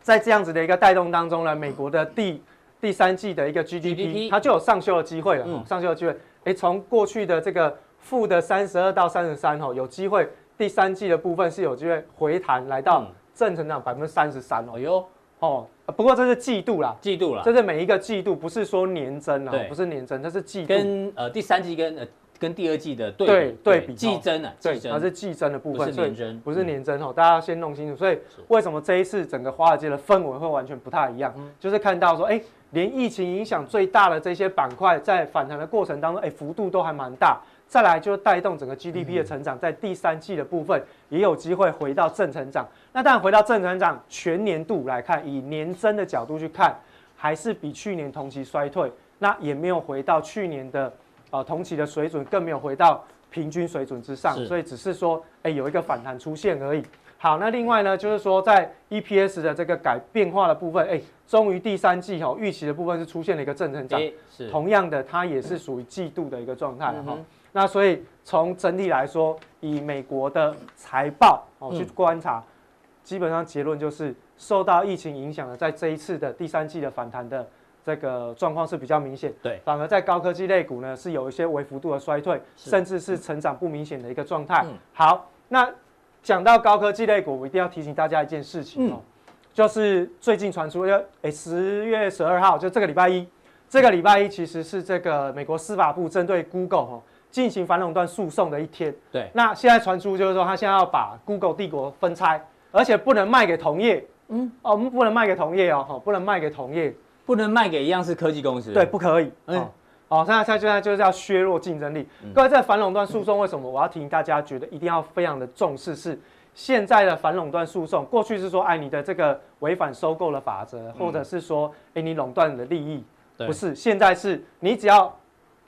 S3: 在这样子的一个带动当中呢，美国的第第三季的一个 GDP，
S1: GDP
S3: 它就有上修的机会了，
S1: 嗯
S3: 哦上修的机会。哎，从过去的这个负的三十二到三十三哦，有机会第三季的部分是有机会回弹来到
S1: 嗯
S3: 正成长百分之三十三哦
S1: 哎呦，
S3: 哦，不过这是季度啦，
S1: 季度了
S3: 这，是每一个季度，不是说年增啊
S1: 啊对，
S3: 不是年增，它是季度。
S1: 跟呃第三季跟呃跟第二季的对
S3: 对
S1: 比
S3: 对比哦
S1: 季增啊，
S3: 对
S1: 季，
S3: 它
S1: 增
S3: 是季增的部
S1: 不
S3: 分，
S1: 是
S3: 所以
S1: 年嗯增
S3: 不是年增哦，大家先弄清楚。所以为什么这一次整个华尔街的氛围会完全不太一样？
S1: 嗯
S3: 就是看到说，哎，连疫情影响最大的这些板块，在反弹的过程当中，哎，幅度都还蛮大。再来就带动整个 GDP
S1: 嗯
S3: 的成长，在第三季的部分也有机会回到正成长。那当然回到正成长，全年度来看，以年增的角度去看，还是比去年同期衰退，那也没有回到去年的呃同期的水准，更没有回到平均水准之上
S1: 是，
S3: 所以只是说，哎，有一个反弹出现而已。好，那另外呢，就是说在 EPS 的这个改变化的部分，哎，终于第三季哦，预期的部分是出现了一个正成长，
S1: 诶是
S3: 同样的，它也是属于季度的一个状态
S1: 嗯
S3: 哈
S1: 哼。
S3: 那所以从整体来说，以美国的财报哦
S1: 嗯
S3: 去观察，基本上结论就是受到疫情影响的，在这一次的第三季的反弹的这个状况是比较明显。
S1: 对
S3: 反而在高科技类股呢是有一些微幅度的衰退，
S1: 是
S3: 甚至是成长不明显的一个状态。
S1: 嗯
S3: 好，那讲到高科技类股，我一定要提醒大家一件事情哦，
S1: 嗯
S3: 就是最近传出要诶十月十二号，就这个礼拜一，这个礼拜一其实是这个美国司法部针对 Google 哦进行反垄断诉讼的一天。
S1: 对，
S3: 那现在传出就是说，他现在要把 Google 帝国分拆，而且不能卖给同业。嗯，哦，不能卖给同业哦，哦不能卖给同业。
S1: 不能卖给一样是科技公司，
S3: 对，不可以。
S1: 嗯
S3: 嗯，哦，现在现在就是要削弱竞争力。各位，在反垄断诉讼为什么我要提醒大家，觉得一定要非常的重视？是现在的反垄断诉讼，过去是说，哎，你的这个违反收购的法则，或者是说，哎，你垄断你的利益，
S1: 嗯对
S3: 不是？现在是你只要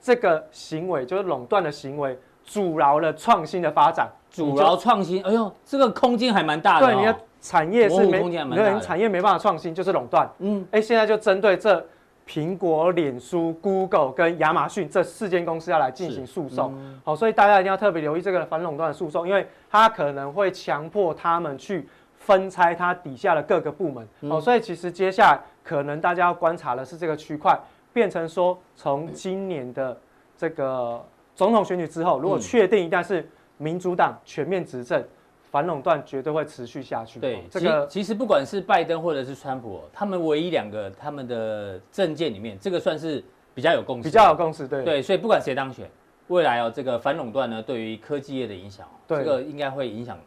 S3: 这个行为，就是垄断的行为，阻挠了创新的发展，
S1: 阻
S3: 你就
S1: 挠创新，哎呦，这个空间还蛮大的、哦，
S3: 对你的产业
S1: 模
S3: 是
S1: 糊
S3: 没，
S1: 空间还蛮
S3: 对
S1: 大
S3: 你
S1: 的
S3: 产业没办法创新，就是垄断。
S1: 嗯，
S3: 哎，现在就针对这苹果、脸书、Google 跟亚马逊这四间公司要来进行诉讼。
S1: 嗯
S3: 好，所以大家一定要特别留意这个反垄断的诉讼，因为它可能会强迫他们去分拆它底下的各个部门。
S1: 嗯
S3: 好，所以其实接下来可能大家要观察的是这个区块变成说，从今年的这个总统选举之后，如果
S1: 嗯
S3: 确定一旦是民主党全面执政。反垄断绝对会持续下去。
S1: 对，
S3: 这个
S1: 其其实不管是拜登或者是川普哦、他们唯一两个他们的政见里面，这个算是比较有共识，
S3: 比较有共识，对
S1: 对，所以不管谁当选，未来哦这个反垄断呢对于科技业的影响、哦，
S3: 对
S1: 这个应该会影响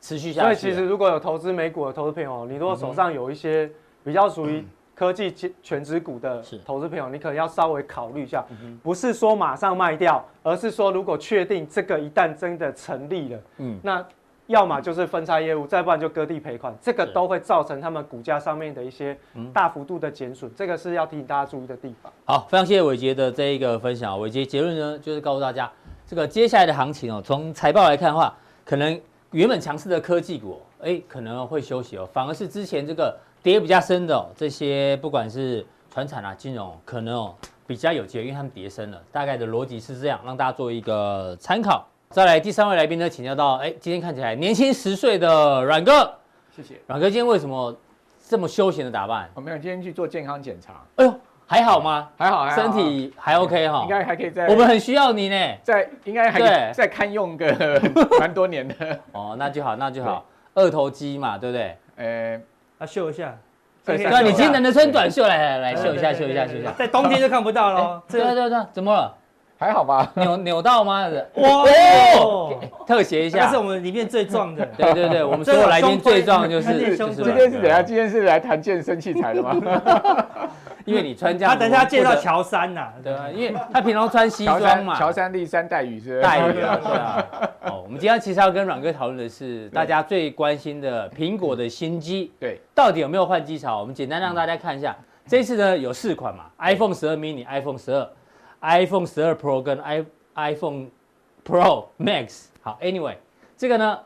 S1: 持续
S3: 所
S1: 下
S3: 以
S1: 去。
S3: 其实如果有投资美股的投资朋友，你如果手上有一些比较属于科技全全职股的
S1: 嗯是嗯
S3: 投资朋友，你可能要稍微考虑一下，不是说马上卖掉，而是说如果确定这个一旦真的成立了，
S1: 嗯
S3: 嗯，那要么就是分拆业务，再不然就割地赔款，这个
S1: 是
S3: 都会造成他们股价上面的一些
S1: 嗯
S3: 大幅度的减损，这个是要提醒大家注意的地方。
S1: 好，非常谢谢伟杰的这一个分享哦。伟杰结论呢，就是告诉大家，这个接下来的行情哦，从财报来看的话，可能原本强势的科技股哦，哎，可能会休息哦，反而是之前这个跌比较深的哦，这些不管是船产啊、金融哦，可能哦比较有机会，因为他们跌深了。大概的逻辑是这样，让大家做一个参考。再来第三位来宾呢，请教到，哎，今天看起来年轻十岁的阮哥，
S4: 谢谢。
S1: 阮哥今天为什么这么休闲的打扮？
S4: 我没有今天去做健康检查，
S1: 哎呦，还好吗？
S4: 还好，还好
S1: 身体还 OK 哈、
S4: 应该还可以再
S1: 我们很需要你呢。
S4: 再应该还可
S1: 对
S4: 以再堪用个 <laughs> 蛮多年的。
S1: 哦，那就好，那就好。二头肌嘛，对不对？
S4: 呃，
S2: 啊，秀一下，
S4: 对
S1: 对
S4: 秀
S1: 啊，
S4: 一下
S1: 你今天能不能穿短袖来来来秀一下，秀一下，秀一下。
S2: 在冬天就看不到了。
S1: 对啊，对啊对啊，怎么了？
S4: 还好吧？
S1: 扭扭到
S2: <laughs>
S1: 吗？哦
S2: 哇，
S1: 特写一
S2: 这
S1: 下
S2: 哦是。我们里面最壮的。
S1: 对对对，我们所有来宾最重要就
S2: 这
S1: 是
S2: 个
S1: 就
S2: 胸
S1: 是
S2: 部
S4: 今
S1: 阮
S4: 天是怎样？
S1: 哥，
S4: 今天是来谈健身器材
S1: <laughs>
S4: 的吗？
S1: 因为你穿这样
S2: 他
S1: 子，
S2: 等一下介
S1: 我
S2: 绍
S1: 不得。
S2: 乔杉呐，
S1: 对啊，因为他平常穿西
S4: 乔
S1: 装
S4: 杉，
S1: 嘛，
S4: 乔杉第三代宇是不是
S1: 代理啊，对啊。哦，我们今天其实要跟阮哥讨论的是大家最关心的苹果的新机。
S4: 对，
S1: 到底有没有换机潮？我们简单让大家看一下，这次呢有四款嘛，iPhone 十二 mini、iPhone 十二、iPhone 十二 Pro 跟 i iPhone Pro Max。好，Anyway，这个呢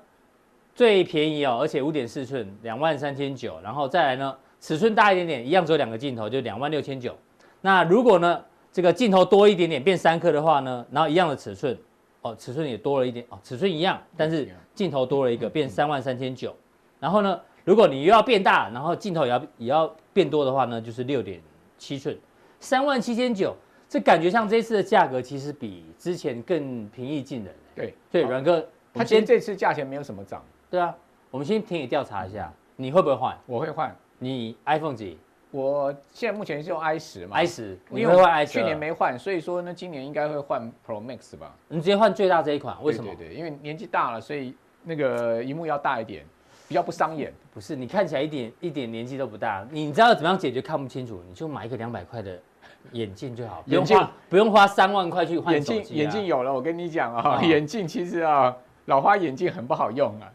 S1: 最便宜哦，而且五点四寸，两万三千九，然后再来呢尺寸大一点点，一样只有两个镜头，就两万六千九。那如果呢这个镜头多一点点，变三颗的话呢，然后一样的尺寸，哦，尺寸也多了一点，哦，尺寸一样，但是镜头多了一
S4: 嗯
S1: 个，变三万三千九。然后呢，如果你又要变大，然后镜头也要也要变多的话呢，就是六点七寸，三万七千九。这感觉上这次的价格其实比之前更平易近人。欸
S4: 对，
S1: 对，阮哥，我
S4: 他
S1: 们
S4: 其实
S1: 先
S4: 这次价钱没有什么涨，
S1: 对啊，我们先听你调查一下，你会不会换？
S4: 我会换。
S1: 你 iPhone 几
S4: 我现在目前是用 i 十嘛
S1: ？i 十？你
S4: 因
S1: 会
S4: 为我
S1: 换 i 十？
S4: 去年，没换，所以说呢，今年应该会换 Pro Max 吧？
S1: 你直接换最大这一款，为什么？
S4: 对对对，因为年纪大了，所以那个荧幕要大一点，比较不伤眼。
S1: 不是，你看起来一点一点年纪都不大，你知道怎么样解决看不清楚？你就买一个两百块的眼镜就好，不用
S4: 眼镜
S1: 花不用花三万块去换
S4: 眼
S1: 手
S4: 镜
S1: 机啊、
S4: 眼镜有了，我跟你讲啊、
S1: 哦
S4: <laughs> 眼镜其实啊、老花眼镜很不好用啊，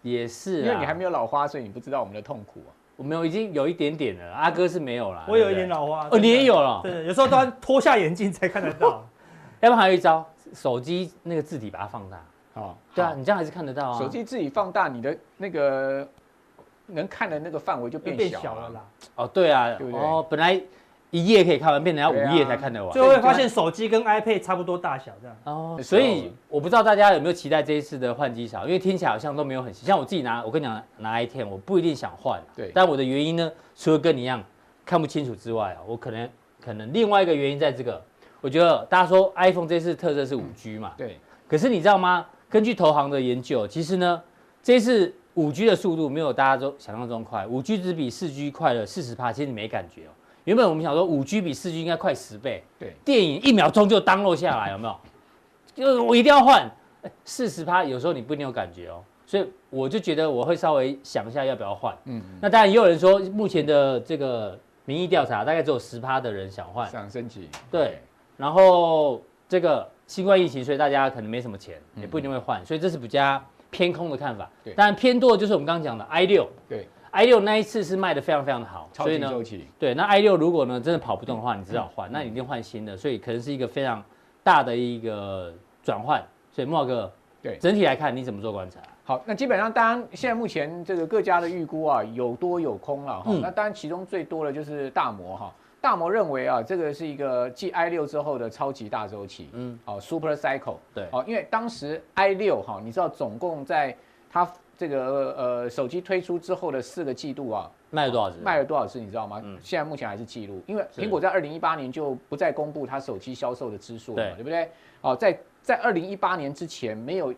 S1: 也是、啊，
S4: 因为你还没有老花，所以你不知道我们的痛苦啊。
S1: 我没有，已经有一点点了。阿哥是没有啦，
S2: 我有
S1: 对
S2: 一点
S1: 不对
S2: 老花，
S1: 哦，你也有了，
S2: 对，有时候都要脱下眼镜才看得到。
S1: <laughs> 要不然还有一招，手机那个字体把它放大。
S4: 好，
S1: 对啊，
S4: 好，
S1: 你这样还是看得到啊。
S4: 手机自己放大，你的那个能看的那个范围就
S2: 就
S4: 变
S2: 变
S4: 小
S2: 小
S4: 了
S2: 了
S4: 啦。
S2: 啦，
S1: 哦，对啊，
S4: 对不对
S1: 哦，本来一页可以看完，变成要
S4: 对啊
S1: 五页才看得完。
S2: 最后会发现手机跟 iPad 差不多大小这样。
S1: 哦，
S4: 那时
S1: 所
S4: 候
S1: 以我不知道大家有没有期待这一次的换机潮，因为听起来好像都没有很新像我自己拿，我跟你讲拿 i10，我不一定想换啊、
S4: 对
S1: 但我的原因呢，除了跟你一样看不清楚之外啊，我可能可能另外一个原因在这个，我觉得大家说 iPhone 这次特色
S4: 嗯
S1: 是五 G 嘛，
S4: 对，
S1: 可是你知道吗？根据投行的研究，其实呢，这次五 G 的速度没有大家都想象中快，五 G 只比四 G 快了四十趴，其实你没感觉哦。原本我们想说五 G 比四 G 应该快十倍，
S4: 对，
S1: 电影一秒钟就 download 下来，有没有？就是我一定要换，哎四十趴有时候你不一定有感觉哦，所以我就觉得我会稍微想一下要不要换。
S4: 嗯，
S1: 那当然也有人说，目前的这个民意调查大概只有十趴的人想换，
S4: 想升级，
S1: 对，然后这个新冠疫情，所以大家可能没什么钱，也不一定会换，所以这是比较偏空的看法。
S4: 嗯对
S1: 当然偏多的就是我们刚刚讲的 i 六
S4: 对，
S1: ，i 六那一次是卖的非常非常的好，
S4: 超
S1: 所以
S4: 级
S1: 呢，
S4: 周期，
S1: 对，那 i 六如果呢真的跑不动的话，
S4: 嗯
S1: 你只好换，那你一定换新的，所以可能是一个非常大的一个转换。所以莫哥，
S4: 对
S1: 整体来看你怎么做观察？
S4: 好，那基本上，当然现在目前这个各家的预估啊，有多有空了哈。
S1: 嗯
S4: 那当然，其中最多的就是大摩哈。大摩认为啊，这个是一个继 i 六之后的超级大周期，
S1: 嗯
S4: 嗯，好，super cycle，
S1: 对
S4: 好，因为当时 i 六哈，你知道总共在它这个呃手机推出之后的四个季度啊，
S1: 卖了多少只？
S4: 卖了多少只，你知道吗
S1: 嗯？
S4: 现在目前还是记录，因为
S1: 是
S4: 苹果在二零一八年就不再公布它手机销售的支数嘛
S1: 对，
S4: 对不对？哦，在在二零一八年之前，没有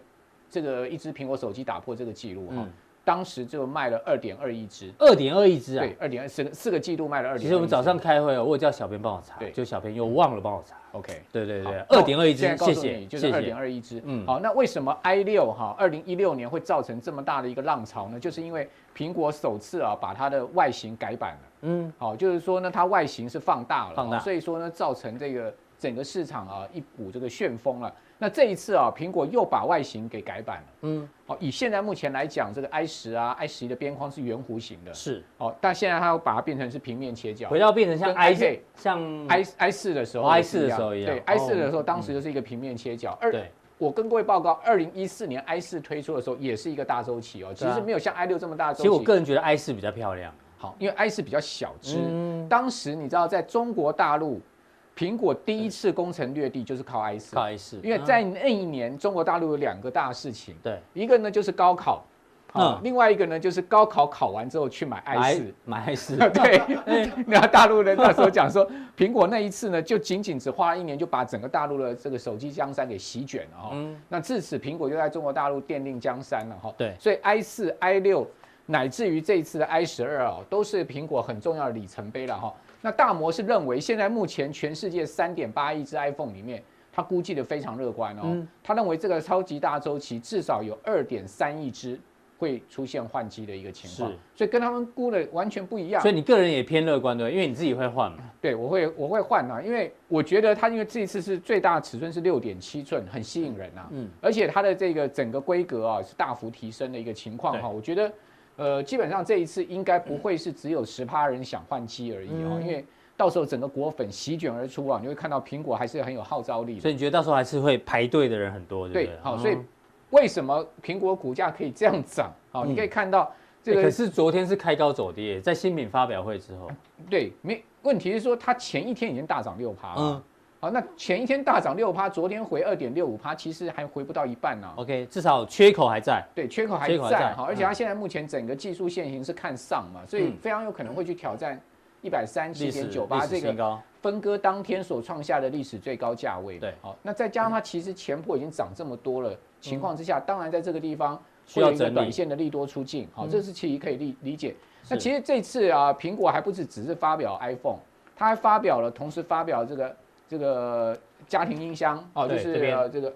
S4: 这个一只苹果手机打破这个记录哈
S1: 嗯，
S4: 当时就卖了二点二亿只，
S1: 二点二亿只啊
S4: 对！，二点二四个四个季度卖了二点。
S1: 其实我们早上开会哦，我有叫小编帮我查
S4: 对，
S1: 就小编又忘了帮我查。
S4: OK，
S1: 对对对，
S4: 好
S1: 二点二亿
S4: 现在
S1: 只，
S4: 告
S1: 谢
S4: 诉
S1: 谢
S4: 你，就
S1: 谢
S4: 是二点
S1: 谢。
S4: 二亿只。
S1: 嗯
S4: 嗯，好，那为什么 i 六哈二零一六年会造成这么大的一个浪潮呢？就是因为苹果首次啊把它的外形改版了。
S1: 嗯，
S4: 好，就是说呢，它外形是放大了，
S1: 放大
S4: 哦所以说呢，造成这个整个市场啊一股这个旋风了。那这一次啊，苹果又把外形给改版了。
S1: 嗯
S4: 嗯，好，以现在目前来讲，这个 i 十啊、i 十一的边框是圆弧形的，
S1: 是。
S4: 哦，但现在它要把它变成是平面切角
S1: 回。到变成像
S4: 跟
S1: i
S4: iPad
S1: 像
S4: i i 四的时候
S1: 哦
S4: 也是
S1: i4 的时候一样
S4: 对
S1: 哦
S4: i 四的时候当时就是一个平面切角。二，
S1: 对
S4: 我跟各位报告，二零一四年 i 四推出的时候也是一个大周期哦，其
S1: 对
S4: 实
S1: 啊
S4: 没有像 i 六这么大的
S1: 其
S4: 周期。
S1: 实我个人觉得 i 四比较漂亮，
S4: 好，因为 i 是比较小只。
S1: 嗯
S4: 当时你知道，在中国大陆，苹果第一次攻城略地就是靠 i 四
S1: 靠，i 四，
S4: 因为在那一年，中国大陆有两个大事情
S1: 嗯，对
S4: 一个呢就是高考，啊
S1: 嗯，
S4: 另外一个呢就是高考考完之后去买 i 四。
S1: 买 i 四，
S4: <laughs> 对，啊
S1: <laughs>
S4: 然后大陆人那时候讲说，苹果那一次呢，就仅仅只花了一年，就把整个大陆的这个手机江山给席卷了哈、
S1: 嗯
S4: 那自此，苹果就在中国大陆奠定江山了哈、
S1: 对
S4: 所以 i 四、i 六，乃至于这一次的 i 十二哦，都是苹果很重要的里程碑了哈、那大摩是认为，现在目前全世界三点八亿只 iPhone 里面。他估计的非常乐观哦，
S1: 嗯
S4: 他认为这个超级大周期至少有二点三亿只会出现换机的一个情况
S1: 是，
S4: 所以跟他们估的完全不一样。
S1: 所以你个人也偏乐观对不对，因为你自己会换嘛，
S4: 对，我会我会换啊，因为我觉得它因为这一次是最大的尺寸是六点七寸，很吸引人啊。
S1: 嗯
S4: 嗯，而且它的这个整个规格啊是大幅提升的一个情况哈、
S1: 对
S4: 我觉得呃基本上这一次应该不会是只有十趴人想换机而已哦，
S1: 嗯
S4: 因为到时候整个果粉席卷而出啊，你会看到苹果还是很有号召力的
S1: 所。以你觉得到时候还是会排队的人很多，对不
S4: 对
S1: 对？，
S4: 好、
S1: 嗯
S4: 所以为什么苹果股价可以这样涨？好、
S1: 嗯
S4: 你可以看到这
S1: 欸可
S4: 个
S1: 是昨天是开高走跌，在新品发表会之后，
S4: 对，没问题是说它前一天已经大涨六趴了。
S1: 嗯
S4: 好，那前一天大涨六趴，昨天回二点六五趴，其实还回不到一半呢、
S1: ，OK，至少缺口还在，
S4: 对，缺口还
S1: 哦缺口还在
S4: 在哈，而且它
S1: 嗯
S4: 现在目前整个技术线型是看上嘛，所以
S1: 嗯
S4: 非常有可能会去挑战一百三七
S1: 历史
S4: 点九
S1: 历
S4: 八
S1: 史
S4: 这
S1: 新
S4: 个
S1: 高，
S4: 分割当天所创下的历史最高价位嘛。
S1: 对
S4: 好，那再加上它其实前波已经涨这么多了情况之下，当然在这个地方
S1: 嗯需
S4: 会
S1: 要
S4: 有一个
S1: 整理嗯
S4: 短线的利多出境，好，这是其实可以理理解。那
S1: 是
S4: 其实这次啊，苹果还不是只是发表 iPhone，它还发表了，同时发表这个这个家庭音箱哦，就
S1: 对
S4: 是
S1: 这边
S4: 呃这个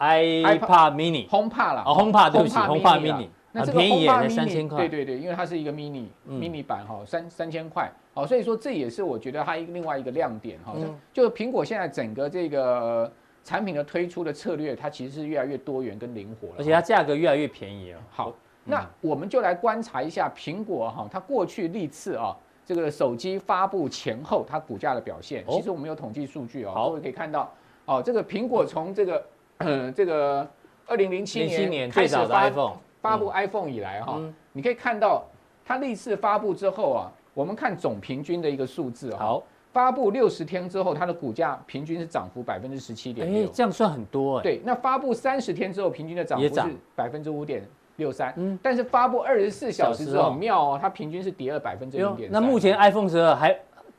S1: iPad mini，
S4: HomePod 啦，
S1: 哦，HomePod，对不起 HomePod
S4: mini 啦
S1: mini，
S4: 那
S1: 很
S4: 这个
S1: 便宜耶才
S4: HomePod mini，
S1: 3000块嗯
S4: 对对对，因为它是一个 mini mini 版哈，三三千块，哦，所以说这也是我觉得它一个另外一个亮点哈，
S1: 嗯
S4: 就就是苹果现在整个这个呃产品的推出的策略，它其实是越来越多元跟灵活了，
S1: 而且它价格越来越便宜了。哦
S4: 好，那我们就来观察一下苹果哈、它过去历次啊、这个手机发布前后它股价的表现。
S1: 哦
S4: 其实我们有统计数据哦，
S1: 好
S4: 各位可以看到哦，这个苹果从这个呃这个二零零七
S1: 零七年
S4: 年
S1: 最
S4: 开始
S1: 早的
S4: 发
S1: iPhone
S4: 发布 iPhone 以来哈、
S1: 嗯
S4: 你可以看到它历次发布之后啊，我们看总平均的一个数字哈、
S1: 好，
S4: 发布六十天之后，它的股价平均是涨幅百分之十七点
S1: 哎
S4: 六，。
S1: 这样算很多哎。，
S4: 对，那发布三十天之后，平均的涨幅
S1: 也
S4: 是
S1: 涨
S4: 百分之五点六三。
S1: 嗯
S4: 但是发布二十四小时之
S1: 小时
S4: 后，
S1: 哦
S4: 很妙哦，它平均是跌了百分之零点。
S1: 哎那目前 iPhone 十二还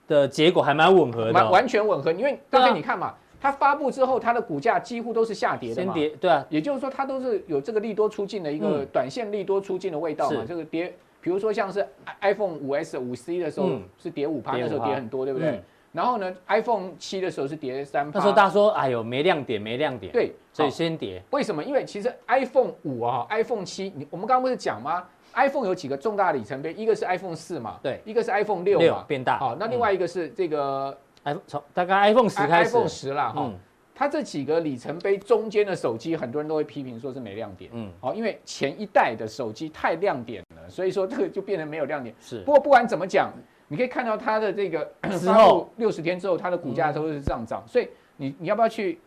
S1: 的结果还蛮吻合的
S4: 完
S1: 哦，
S4: 完全吻合，因为
S1: 对啊
S4: 刚才你看嘛，它发布之后，它的股价几乎都是下跌的
S1: 先
S4: 嘛。
S1: 跌，对啊，
S4: 也就是说，它都是有这个利多出尽的一个
S1: 嗯
S4: 短线利多出尽的味道嘛
S1: 是。
S4: 这个跌，比如说像是 iPhone 五 S、五 C 的时候
S1: 嗯
S4: 是跌五趴，
S1: 跌
S4: 那时候
S1: 5%
S4: 跌很多，对不对
S1: 嗯？
S4: 然后呢，iPhone 七的时候是跌三趴。
S1: 那时候大家说，哎呦，没亮点，没亮点。，
S4: 对，
S1: 所以
S4: 好
S1: 先跌。
S4: 为什么？因为其实 iPhone 五啊，iPhone 七，你我们刚刚不是讲吗？iPhone 有几个重大里程碑，一个是 iPhone 四嘛，
S1: 对
S4: 一个是 iPhone 六
S1: 六
S4: 嘛，
S1: 变大。
S4: 好，那另外一个是这个
S1: iPhone 从大概 iPhone 十
S4: i-
S1: 开始
S4: 啊 iPhone 十啦，哈
S1: 嗯，
S4: 它这几个里程碑中间的手机，很多人都会批评说是没亮点，
S1: 嗯
S4: 嗯，好，因为前一代的手机太亮点了，所以说这个就变成没有亮点。
S1: 是
S4: 不过不管怎么讲，你可以看到它的这个
S1: 之
S4: 发
S1: 后
S4: 布六十天之后，它的股价都是上涨，所以你你要不要去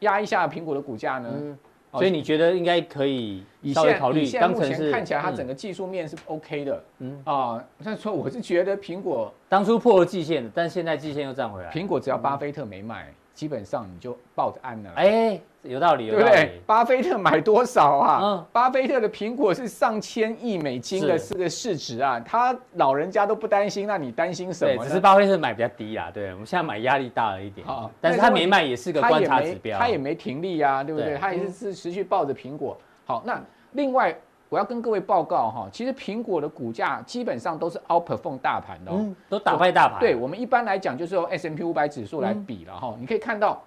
S4: 压一下苹果的股价呢？
S1: 嗯，
S4: 哦
S1: 所以你觉得应该可以
S4: 以
S1: 稍微
S4: 现
S1: 考虑
S4: 以现在
S1: 当
S4: 目
S1: 成
S4: 前
S1: 是嗯
S4: 看起来它整
S1: 个
S4: 个技术面是 OK 的，
S1: 嗯
S4: 嗯啊，但是我是觉得苹果
S1: 当初破了季线的，但现在季线又站回来。
S4: 苹果只要巴菲特没买，基本上你就抱着安了，哎，
S1: 哎，有道理，
S4: 对
S1: 有
S4: 不
S1: 道
S4: 对
S1: 理？。
S4: 巴菲特买多少
S1: 嗯
S4: 啊？巴菲特的苹果是上千亿美金的
S1: 是
S4: 这个市值啊，他老人家都不担心，那你担心什
S1: 对，
S4: 么
S1: 只
S4: 呢？
S1: 是巴菲特买比较低啦，对，我们现在买压力大了一点
S4: 好，
S1: 但是
S4: 那
S1: 他
S4: 如果
S1: 没
S4: 你
S1: 卖也是个
S4: 他
S1: 观
S4: 也
S1: 察
S4: 没
S1: 指标，
S4: 他也没停利啊，对不对？
S1: 对
S4: 他也是持持续抱着苹果。好，那另外我要跟各位报告哈，其实苹果的股价基本上都是 outperform 大盘的、哦。
S1: 嗯都打败大盘，
S4: 对，我们一般来讲就是用 S M P 五百指数来
S1: 嗯
S4: 比了哈、你可以看到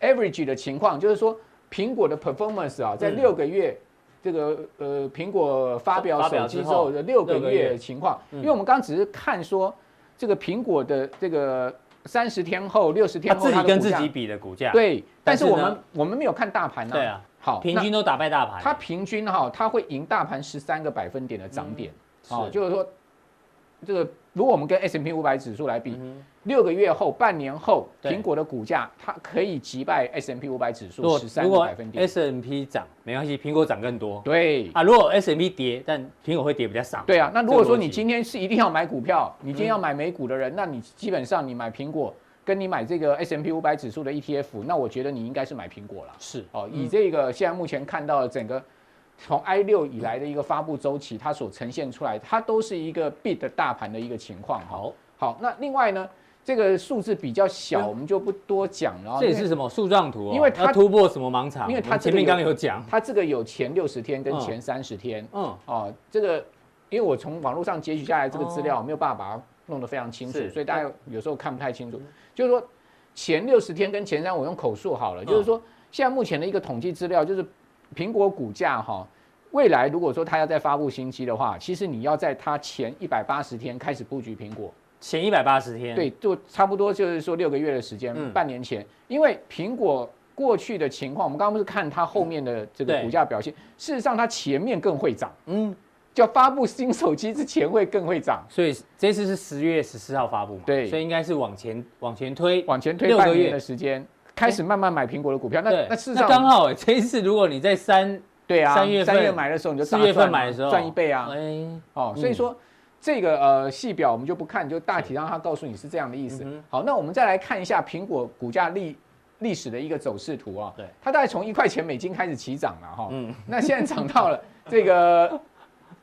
S4: average 的情况，就是说苹果的 performance 啊，在
S1: 嗯
S4: 六个月。这个呃，苹果发表
S1: 发表
S4: 手机
S1: 之
S4: 之
S1: 后
S4: 后的六个
S1: 六个
S4: 月
S1: 月
S4: 的情况，
S1: 嗯
S4: 因为我们刚刚只是看说这个苹果的这个三十天后、六十
S1: 他
S4: 天后
S1: 自己
S4: 的
S1: 跟
S4: 股
S1: 自
S4: 价
S1: 己比的股价，，
S4: 对，
S1: 但
S4: 但是
S1: 是
S4: 我
S1: 呢
S4: 们我们没有看大盘呐、
S1: 对啊，
S4: 好，
S1: 平
S4: 那
S1: 均都打败大盘，
S4: 它平均哈、它会赢大盘十三个百分点的涨点，好、
S1: 嗯是
S4: 就是说，这个如果我们跟 S M P 五百指数来比，
S1: 嗯
S4: 六个月后、半年后，
S1: 对
S4: 苹果的股价它可以击败 S M P 五百指
S1: 如
S4: 数
S1: 果
S4: 十三
S1: 如
S4: 个
S1: 果
S4: 百分点。
S1: S M P 涨没关系，苹果涨更多
S4: 对，
S1: 啊，如果 S M P 跌，但苹果会跌比较少，
S4: 对啊，那如果说
S1: 这个
S4: 你
S1: 逻辑
S4: 今天是一定要买股票，你今天要买美股的人，那你基本上你买苹果，跟你买这个 S M P 五百指数的 E T F，那我觉得你应该是买苹果了。
S1: 是
S4: 哦，以这个现在目前看到的整个从 i 六以来的一个发布周期，它所呈现出来，它都是一个 bid 大盘的一个情况。哈，
S1: 好，嗯
S4: 好，那另外呢，这个数字比较小，我们就不多讲了哦。
S1: 这也
S4: 因为
S1: 是什么树状图哦，
S4: 因为它
S1: 要突破什么盲场，
S4: 因为它
S1: 我们前
S4: 这个
S1: 面
S4: 有
S1: 刚刚有
S4: <laughs>
S1: 讲，
S4: 它这个有前六十天跟
S1: 嗯
S4: 前三十天。
S1: 嗯，
S4: 哦，这个因为我从网络上截取下来这个资料，没有办法把它弄得非常清楚
S1: 哦是，嗯
S4: 所以大家有时候看不太清楚。就是说前六十天跟前三，我用口述好了，
S1: 嗯
S4: 就是说现在目前的一个统计资料，就是苹果股价哈、未来如果说它要再发布新机的话，其实你要在它前一百八十天开始布局苹果，
S1: 前一百八十天，
S4: 对，就差不多就是说六个月的时间，
S1: 嗯
S4: 半年前，因为苹果过去的情况，我们刚刚不是看它后面的这个
S1: 对
S4: 股价表现，事实上它前面更会涨。
S1: 嗯，
S4: 就发布新手机之前会更会涨，
S1: 所以这次是十月十四号发布嘛，
S4: 对
S1: 所以应该是往前往前推，
S4: 往前推
S1: 六个
S4: 半
S1: 月
S4: 年的时间，开始慢慢买苹果的股票。那
S1: 对，
S4: 那事实
S1: 那刚
S4: 上，
S1: 好哎这一次如果你在三
S4: 对啊，
S1: 三月份
S4: 三月买的时候你就
S1: 四
S4: 大
S1: 月份
S4: 赚
S1: 买的时候
S4: 赚一倍啊，
S1: 哎，
S4: 哦，所以说这个呃细表我们就不看，就大体上它告诉你是这样的意思
S1: 嗯哼。
S4: 好，那我们再来看一下苹果股价历历史的一个走势图啊，
S1: 对
S4: 它大概从一块钱美金开始起涨了哈，
S1: 嗯
S4: <laughs> 那现在涨到了 <laughs> 这个，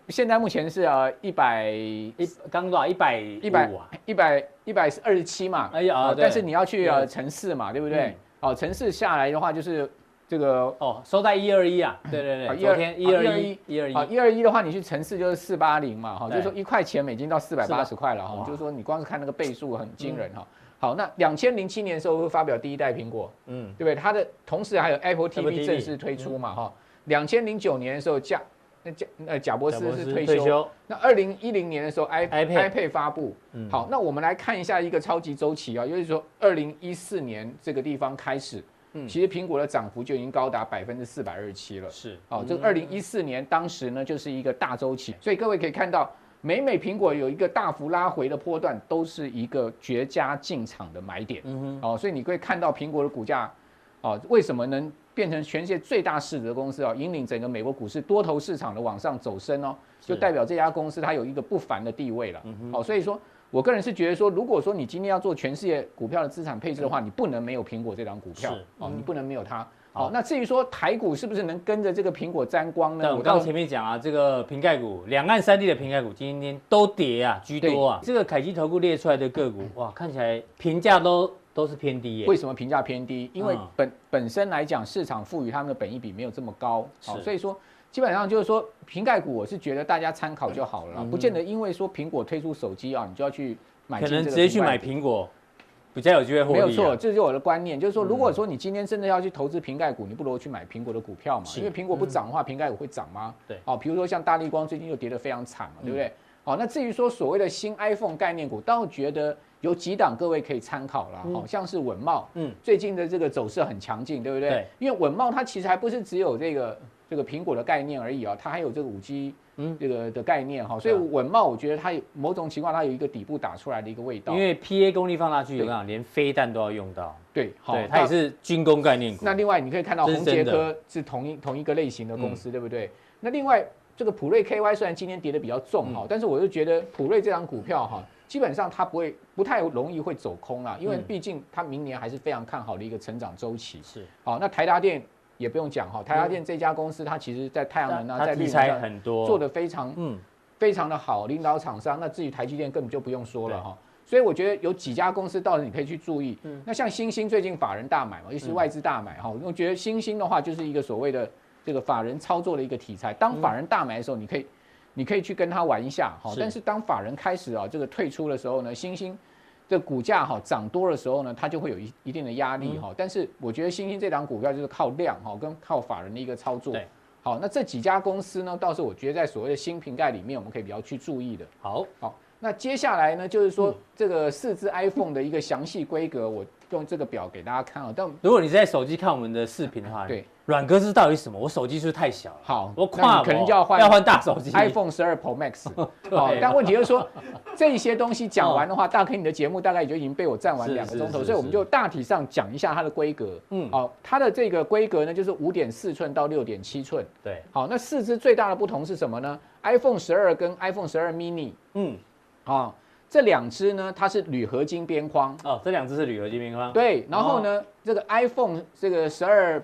S4: 现在目前是呃一百
S1: 一刚多少一百一
S4: 一百
S1: 啊，
S4: 一百一百二十七嘛，
S1: 哎呀
S4: 哦
S1: 啊对
S4: 但是你要去呃
S1: 对
S4: 城市嘛，对不
S1: 嗯
S4: 对？哦，城市下来的话就是这个
S1: 哦，收在一二一啊，对对
S4: 好
S1: 对，
S4: 121
S1: 昨天一
S4: 好
S1: 二一一二一
S4: 啊，一二一的话，你去城市就是四八零嘛，哈，
S1: 对
S4: 就是说一块钱美金到四百八十块了
S1: 哇嗯
S4: 哈，就是说你光是看那个倍数很惊人哈。好，那两千零七年的时候会发表第一代苹果，
S1: 嗯
S4: 嗯，对不对？它的同时还有 Apple
S1: Apple 嗯 TV
S4: TV 正式推出嘛，哈。两千零九年的时候，贾那贾呃贾伯斯
S1: 贾伯斯
S4: 是退
S1: 退
S4: 休
S1: 休，
S4: 那二零一零年的时候 i
S1: iPad
S4: iPad 发布
S1: 嗯，
S4: 好，那我们来看一下一个超级周期啊，就是说二零一四年这个地方开始，
S1: 嗯
S4: 其实苹果的涨幅就已经高达百分之四百二十七了。
S1: 是
S4: 哦，这个二零一四年当时呢就是一个大周期，所以各位可以看到，每每苹果有一个大幅拉回的波段，都是一个绝佳进场的买点。嗯哼，哦，所以你会看到苹果的股价，哦，为什么能变成全世界最大市值的公司哦，引领整个美国股市多头市场的往上走升哦，
S1: 是嗯
S4: 就代表这家公司它有一个不凡的地位了。好、哦，所以说。我个人是觉得说，如果说你今天要做全世界股票的资产配置的话，你不能没有苹果这张股票
S1: 是嗯
S4: 哦，你不能没有它。好，那至于说台股是不是能跟着这个苹果沾光
S1: 但
S4: 呢？
S1: 我
S4: 倒
S1: 刚前面讲啊，这个瓶盖股，两岸三地的瓶盖股今天都跌啊，居多啊。这个凯基投顾列出来的个
S4: 嗯
S1: 股，哇，看起来评价都都是偏低耶、
S4: 为什么评价偏低？因为
S1: 嗯
S4: 本本身来讲，市场赋予他们的本益比没有这么高，好
S1: 是
S4: 所以说基本上就是说瓶盖股，我是觉得大家参考就好
S1: 嗯
S4: 了啦，不见得因为说苹果推出手机啊，你就要去买
S1: 可
S4: 进
S1: 能
S4: 这
S1: 直
S4: 个
S1: 接去
S4: 瓶盖
S1: 买
S4: 股
S1: 苹果，比较有机会获利、
S4: 没
S1: 啊。嗯
S4: 有错，这就是我的观念，就是说，如果说你今天真的要去投资瓶盖股，你不如去买苹果的股票嘛，
S1: 是嗯
S4: 因为苹果不涨的话，瓶盖股会涨吗？
S1: 对
S4: 哦，比如说像大力光最近就跌得非常惨嘛，对不对？好，那至于说所谓的新 iPhone 概念股，倒觉得有几档各位可以参考啦，好像是稳茂，
S1: 嗯
S4: 嗯，最近的这个走势很强劲，对不对？
S1: 对
S4: 因为稳茂它其实还不是只有这个这个苹果的概念而已啊，它还有这个五 G。嗯，这个的概念哈，所以
S1: 对啊
S4: 稳茂我觉得它有某种情况它有一个底部打出来的一个味道，
S1: 因为 PA 功率放大去，我
S4: 对
S1: 跟你讲，连飞弹都要用到。
S4: 对，好
S1: 对，，它也
S4: 那
S1: 是军工概念股。
S4: 那另外你可以看到
S1: 这是
S4: 宏杰
S1: 真的嗯
S4: 科是同一同一个类型的公司，对不对？那另外这个普瑞 KY 虽然今天跌得比较重
S1: 嗯
S4: 哈，但是我就觉得普瑞这张股票哈，基本上它不会不太容易会走空啦，因为
S1: 嗯
S4: 毕竟它明年还是非常看好的一个成长周期。
S1: 是
S4: 好，那台达电也不用讲哈，台达电这家公司它其实在太阳能啊，
S1: 嗯它
S4: 在
S1: 题
S4: 绿能
S1: 材
S4: 上
S1: 很多，
S4: 做得非常
S1: 嗯
S4: 非常的好，领导厂商。那至于台积电根本就不用说了哈。所以我觉得有几家公司到时你可以去注意。
S1: 嗯
S4: 那像新兴最近法人大买嘛，尤其是外资大买哈，我觉得新兴的话就是一个所谓的这个法人操作的一个题材。当法人大买的时候，你可以你可以去跟他玩一下哈
S1: 嗯是。
S4: 但是当法人开始啊这个退出的时候呢，新兴的股价哈涨多的时候呢，它就会有一一定的压力
S1: 嗯
S4: 哈。但是我觉得新兴这档股票就是靠量哈，跟靠法人的一个操作
S1: 对。
S4: 好，那这几家公司呢，倒是我觉得在所谓的新瓶盖里面，我们可以比较去注意的。
S1: 好
S4: 好，那接下来呢，就是
S1: 嗯
S4: 说这个四只 iPhone 的一个详细
S1: <laughs>
S4: 规格，我用这个表给大家看啊。但
S1: 如果你在手机看我们的视频的话，
S4: 对，
S1: 软哥是到底是什么？我手机是不是太小了？
S4: 好
S1: 我
S4: 那
S1: 跨
S4: 你可能
S1: 我
S4: 就要换
S1: 要换大手机。
S4: iPhone 十二
S1: <laughs>
S4: Pro Max，
S1: 对啊哦
S4: 好，但问题就是说，这些东西讲完的话，大哥你的节目大概也就已经被我占完
S1: 是
S4: 两个钟
S1: 是
S4: 头，
S1: 是
S4: 所以我们就大体上讲一下它的规格。
S1: 嗯
S4: 嗯，好，它的这个规格呢，就是五点四寸到六点七寸。
S1: 对，
S4: 好，那四只最大的不同是什么呢？iPhone 十二跟 iPhone 十二 mini
S1: 嗯，
S4: 啊、这两只呢，它是铝合金边框，
S1: 哦，这两只是铝合金边框。
S4: 对，然后
S1: 哦
S4: 呢，这个 iPhone 这个十二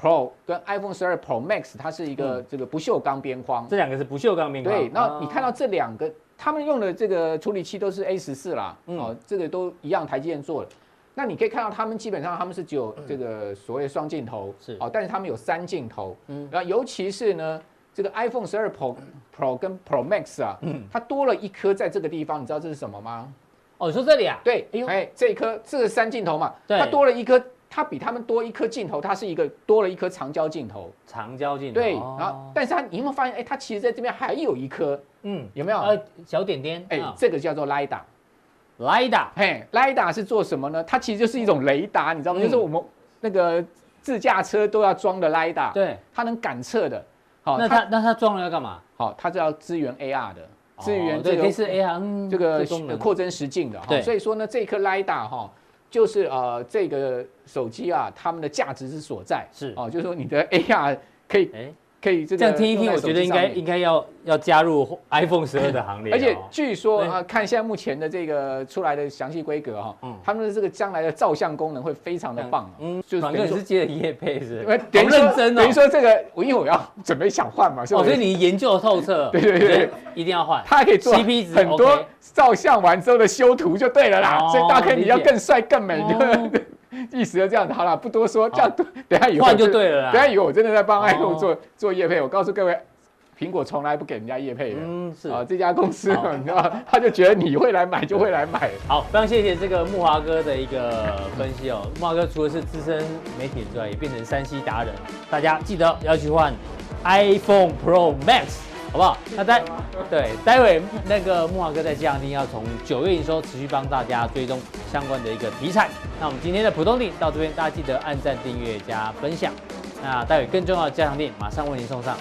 S4: Pro 跟 iPhone 十二 Pro Max，它是一个这个不锈钢边框，
S1: 嗯这两个是不锈钢边框。啊哦
S4: 对，那你看
S1: 到
S4: 到这两个，他们用的这个处理器都是 A 十四啦，
S1: 嗯
S4: 哦，这个都一样，台积电做的。那你可以看到，他们基本上他们是只有这个所谓双镜头，
S1: 嗯是
S4: 哦，但是他们有三镜头，嗯，然后尤其是呢，这个 iPhone 十二 Pro Pro 跟 Pro Max 啊，
S1: 嗯
S4: 它多了一颗在这个地方，你知道这是什么吗？
S1: 哦，你说这里啊？
S4: 对
S1: 哎呦，
S4: 哎，这一颗这个三镜头嘛，
S1: 对
S4: 它多了一颗，它比他们多一颗镜头，它是一个多了一颗长焦镜头，
S1: 长焦镜头。
S4: 对，
S1: 哦
S4: 然后但是它你有没有发现，哎，它其实在这边还有一颗，
S1: 嗯，
S4: 有没有？
S1: 呃，小点点。
S4: 啊哎啊
S1: 啊，
S4: 这个叫做 LiDAR，
S1: ，LiDAR。
S4: 嘿，LiDAR 是做什么呢？它其实就是一种雷达，你知道吗？
S1: 嗯
S4: 就是我们那个自驾车都要装的 LiDAR，，
S1: 对，
S4: 它能感测的。好，
S1: 那
S4: 哦它
S1: 它那它装了要干嘛？
S4: 好，它就要支援 AR 的，支
S1: 哦
S4: 援
S1: 对
S4: 这
S1: 可以
S4: 个嗯
S1: 是 A 行
S4: 这
S1: 嗯
S4: 个呃
S1: 功能
S4: 扩增实境的
S1: 对
S4: 哈，所以说呢，这颗 LiDAR 哈，就是呃这个手机啊，它们的价值之所在
S1: 是
S4: 哦，就是说你的 AR 可以
S1: 哎，
S4: 可以这个
S1: 这样听一听，
S4: 用
S1: 我
S4: 在手
S1: 觉得
S4: 机
S1: 应
S4: 上
S1: 该
S4: 面
S1: 应该要要加入 iPhone 十二的行列哦。
S4: 而且据说
S1: 对
S4: 啊，看现在目前的这个出来的详细规格哈
S1: 嗯，
S4: 他们的这个将来的照相功能会非常的棒啊，
S1: 嗯，
S4: 就是
S1: 软
S4: 等
S1: 哥
S4: 于
S1: 你
S4: 说
S1: 是，接了夜配是不
S4: 呃
S1: 是？
S4: 等于
S1: 好
S4: 说
S1: 认真哦。
S4: 等于说这个，我因为我要准备想换嘛，所以
S1: 哦，所以
S4: 我
S1: 你研究透彻，
S4: 对对对
S1: 所以一定要换。 <laughs>
S4: 它可以做
S1: CP 值
S4: 很多
S1: OK
S4: 照相完之后的修图就对了啦
S1: 哦，
S4: 所以大哥
S1: 理
S4: 你
S1: 解
S4: 要更帅更美
S1: 哦
S4: 的 <laughs> 意思就这样子好了，不多说，这样等下以后
S1: 换就
S4: 真的
S1: 对了啦
S4: 等下以后我真的在帮爱
S1: 哦
S4: 豆做做业配，我告诉各位，苹果从来不给人家业配的。
S1: 嗯，是。哦
S4: 啊，这家公司
S1: 好
S4: <laughs> 你知道，他就觉得你会来买就会来买，
S1: 好，非常谢谢这个木华哥的一个分析哦。木华哥除了是资深媒体人之外，也变成山西达人。大家记得要去换 iPhone Pro Max 好不好？那待对，待会那个木华哥在这样定要从九月营收持续帮大家追踪相关的一个题材。那我们今天的浦东定到这边，大家记得按赞、订阅加分享。那待会更重要的加强定马上为您送上。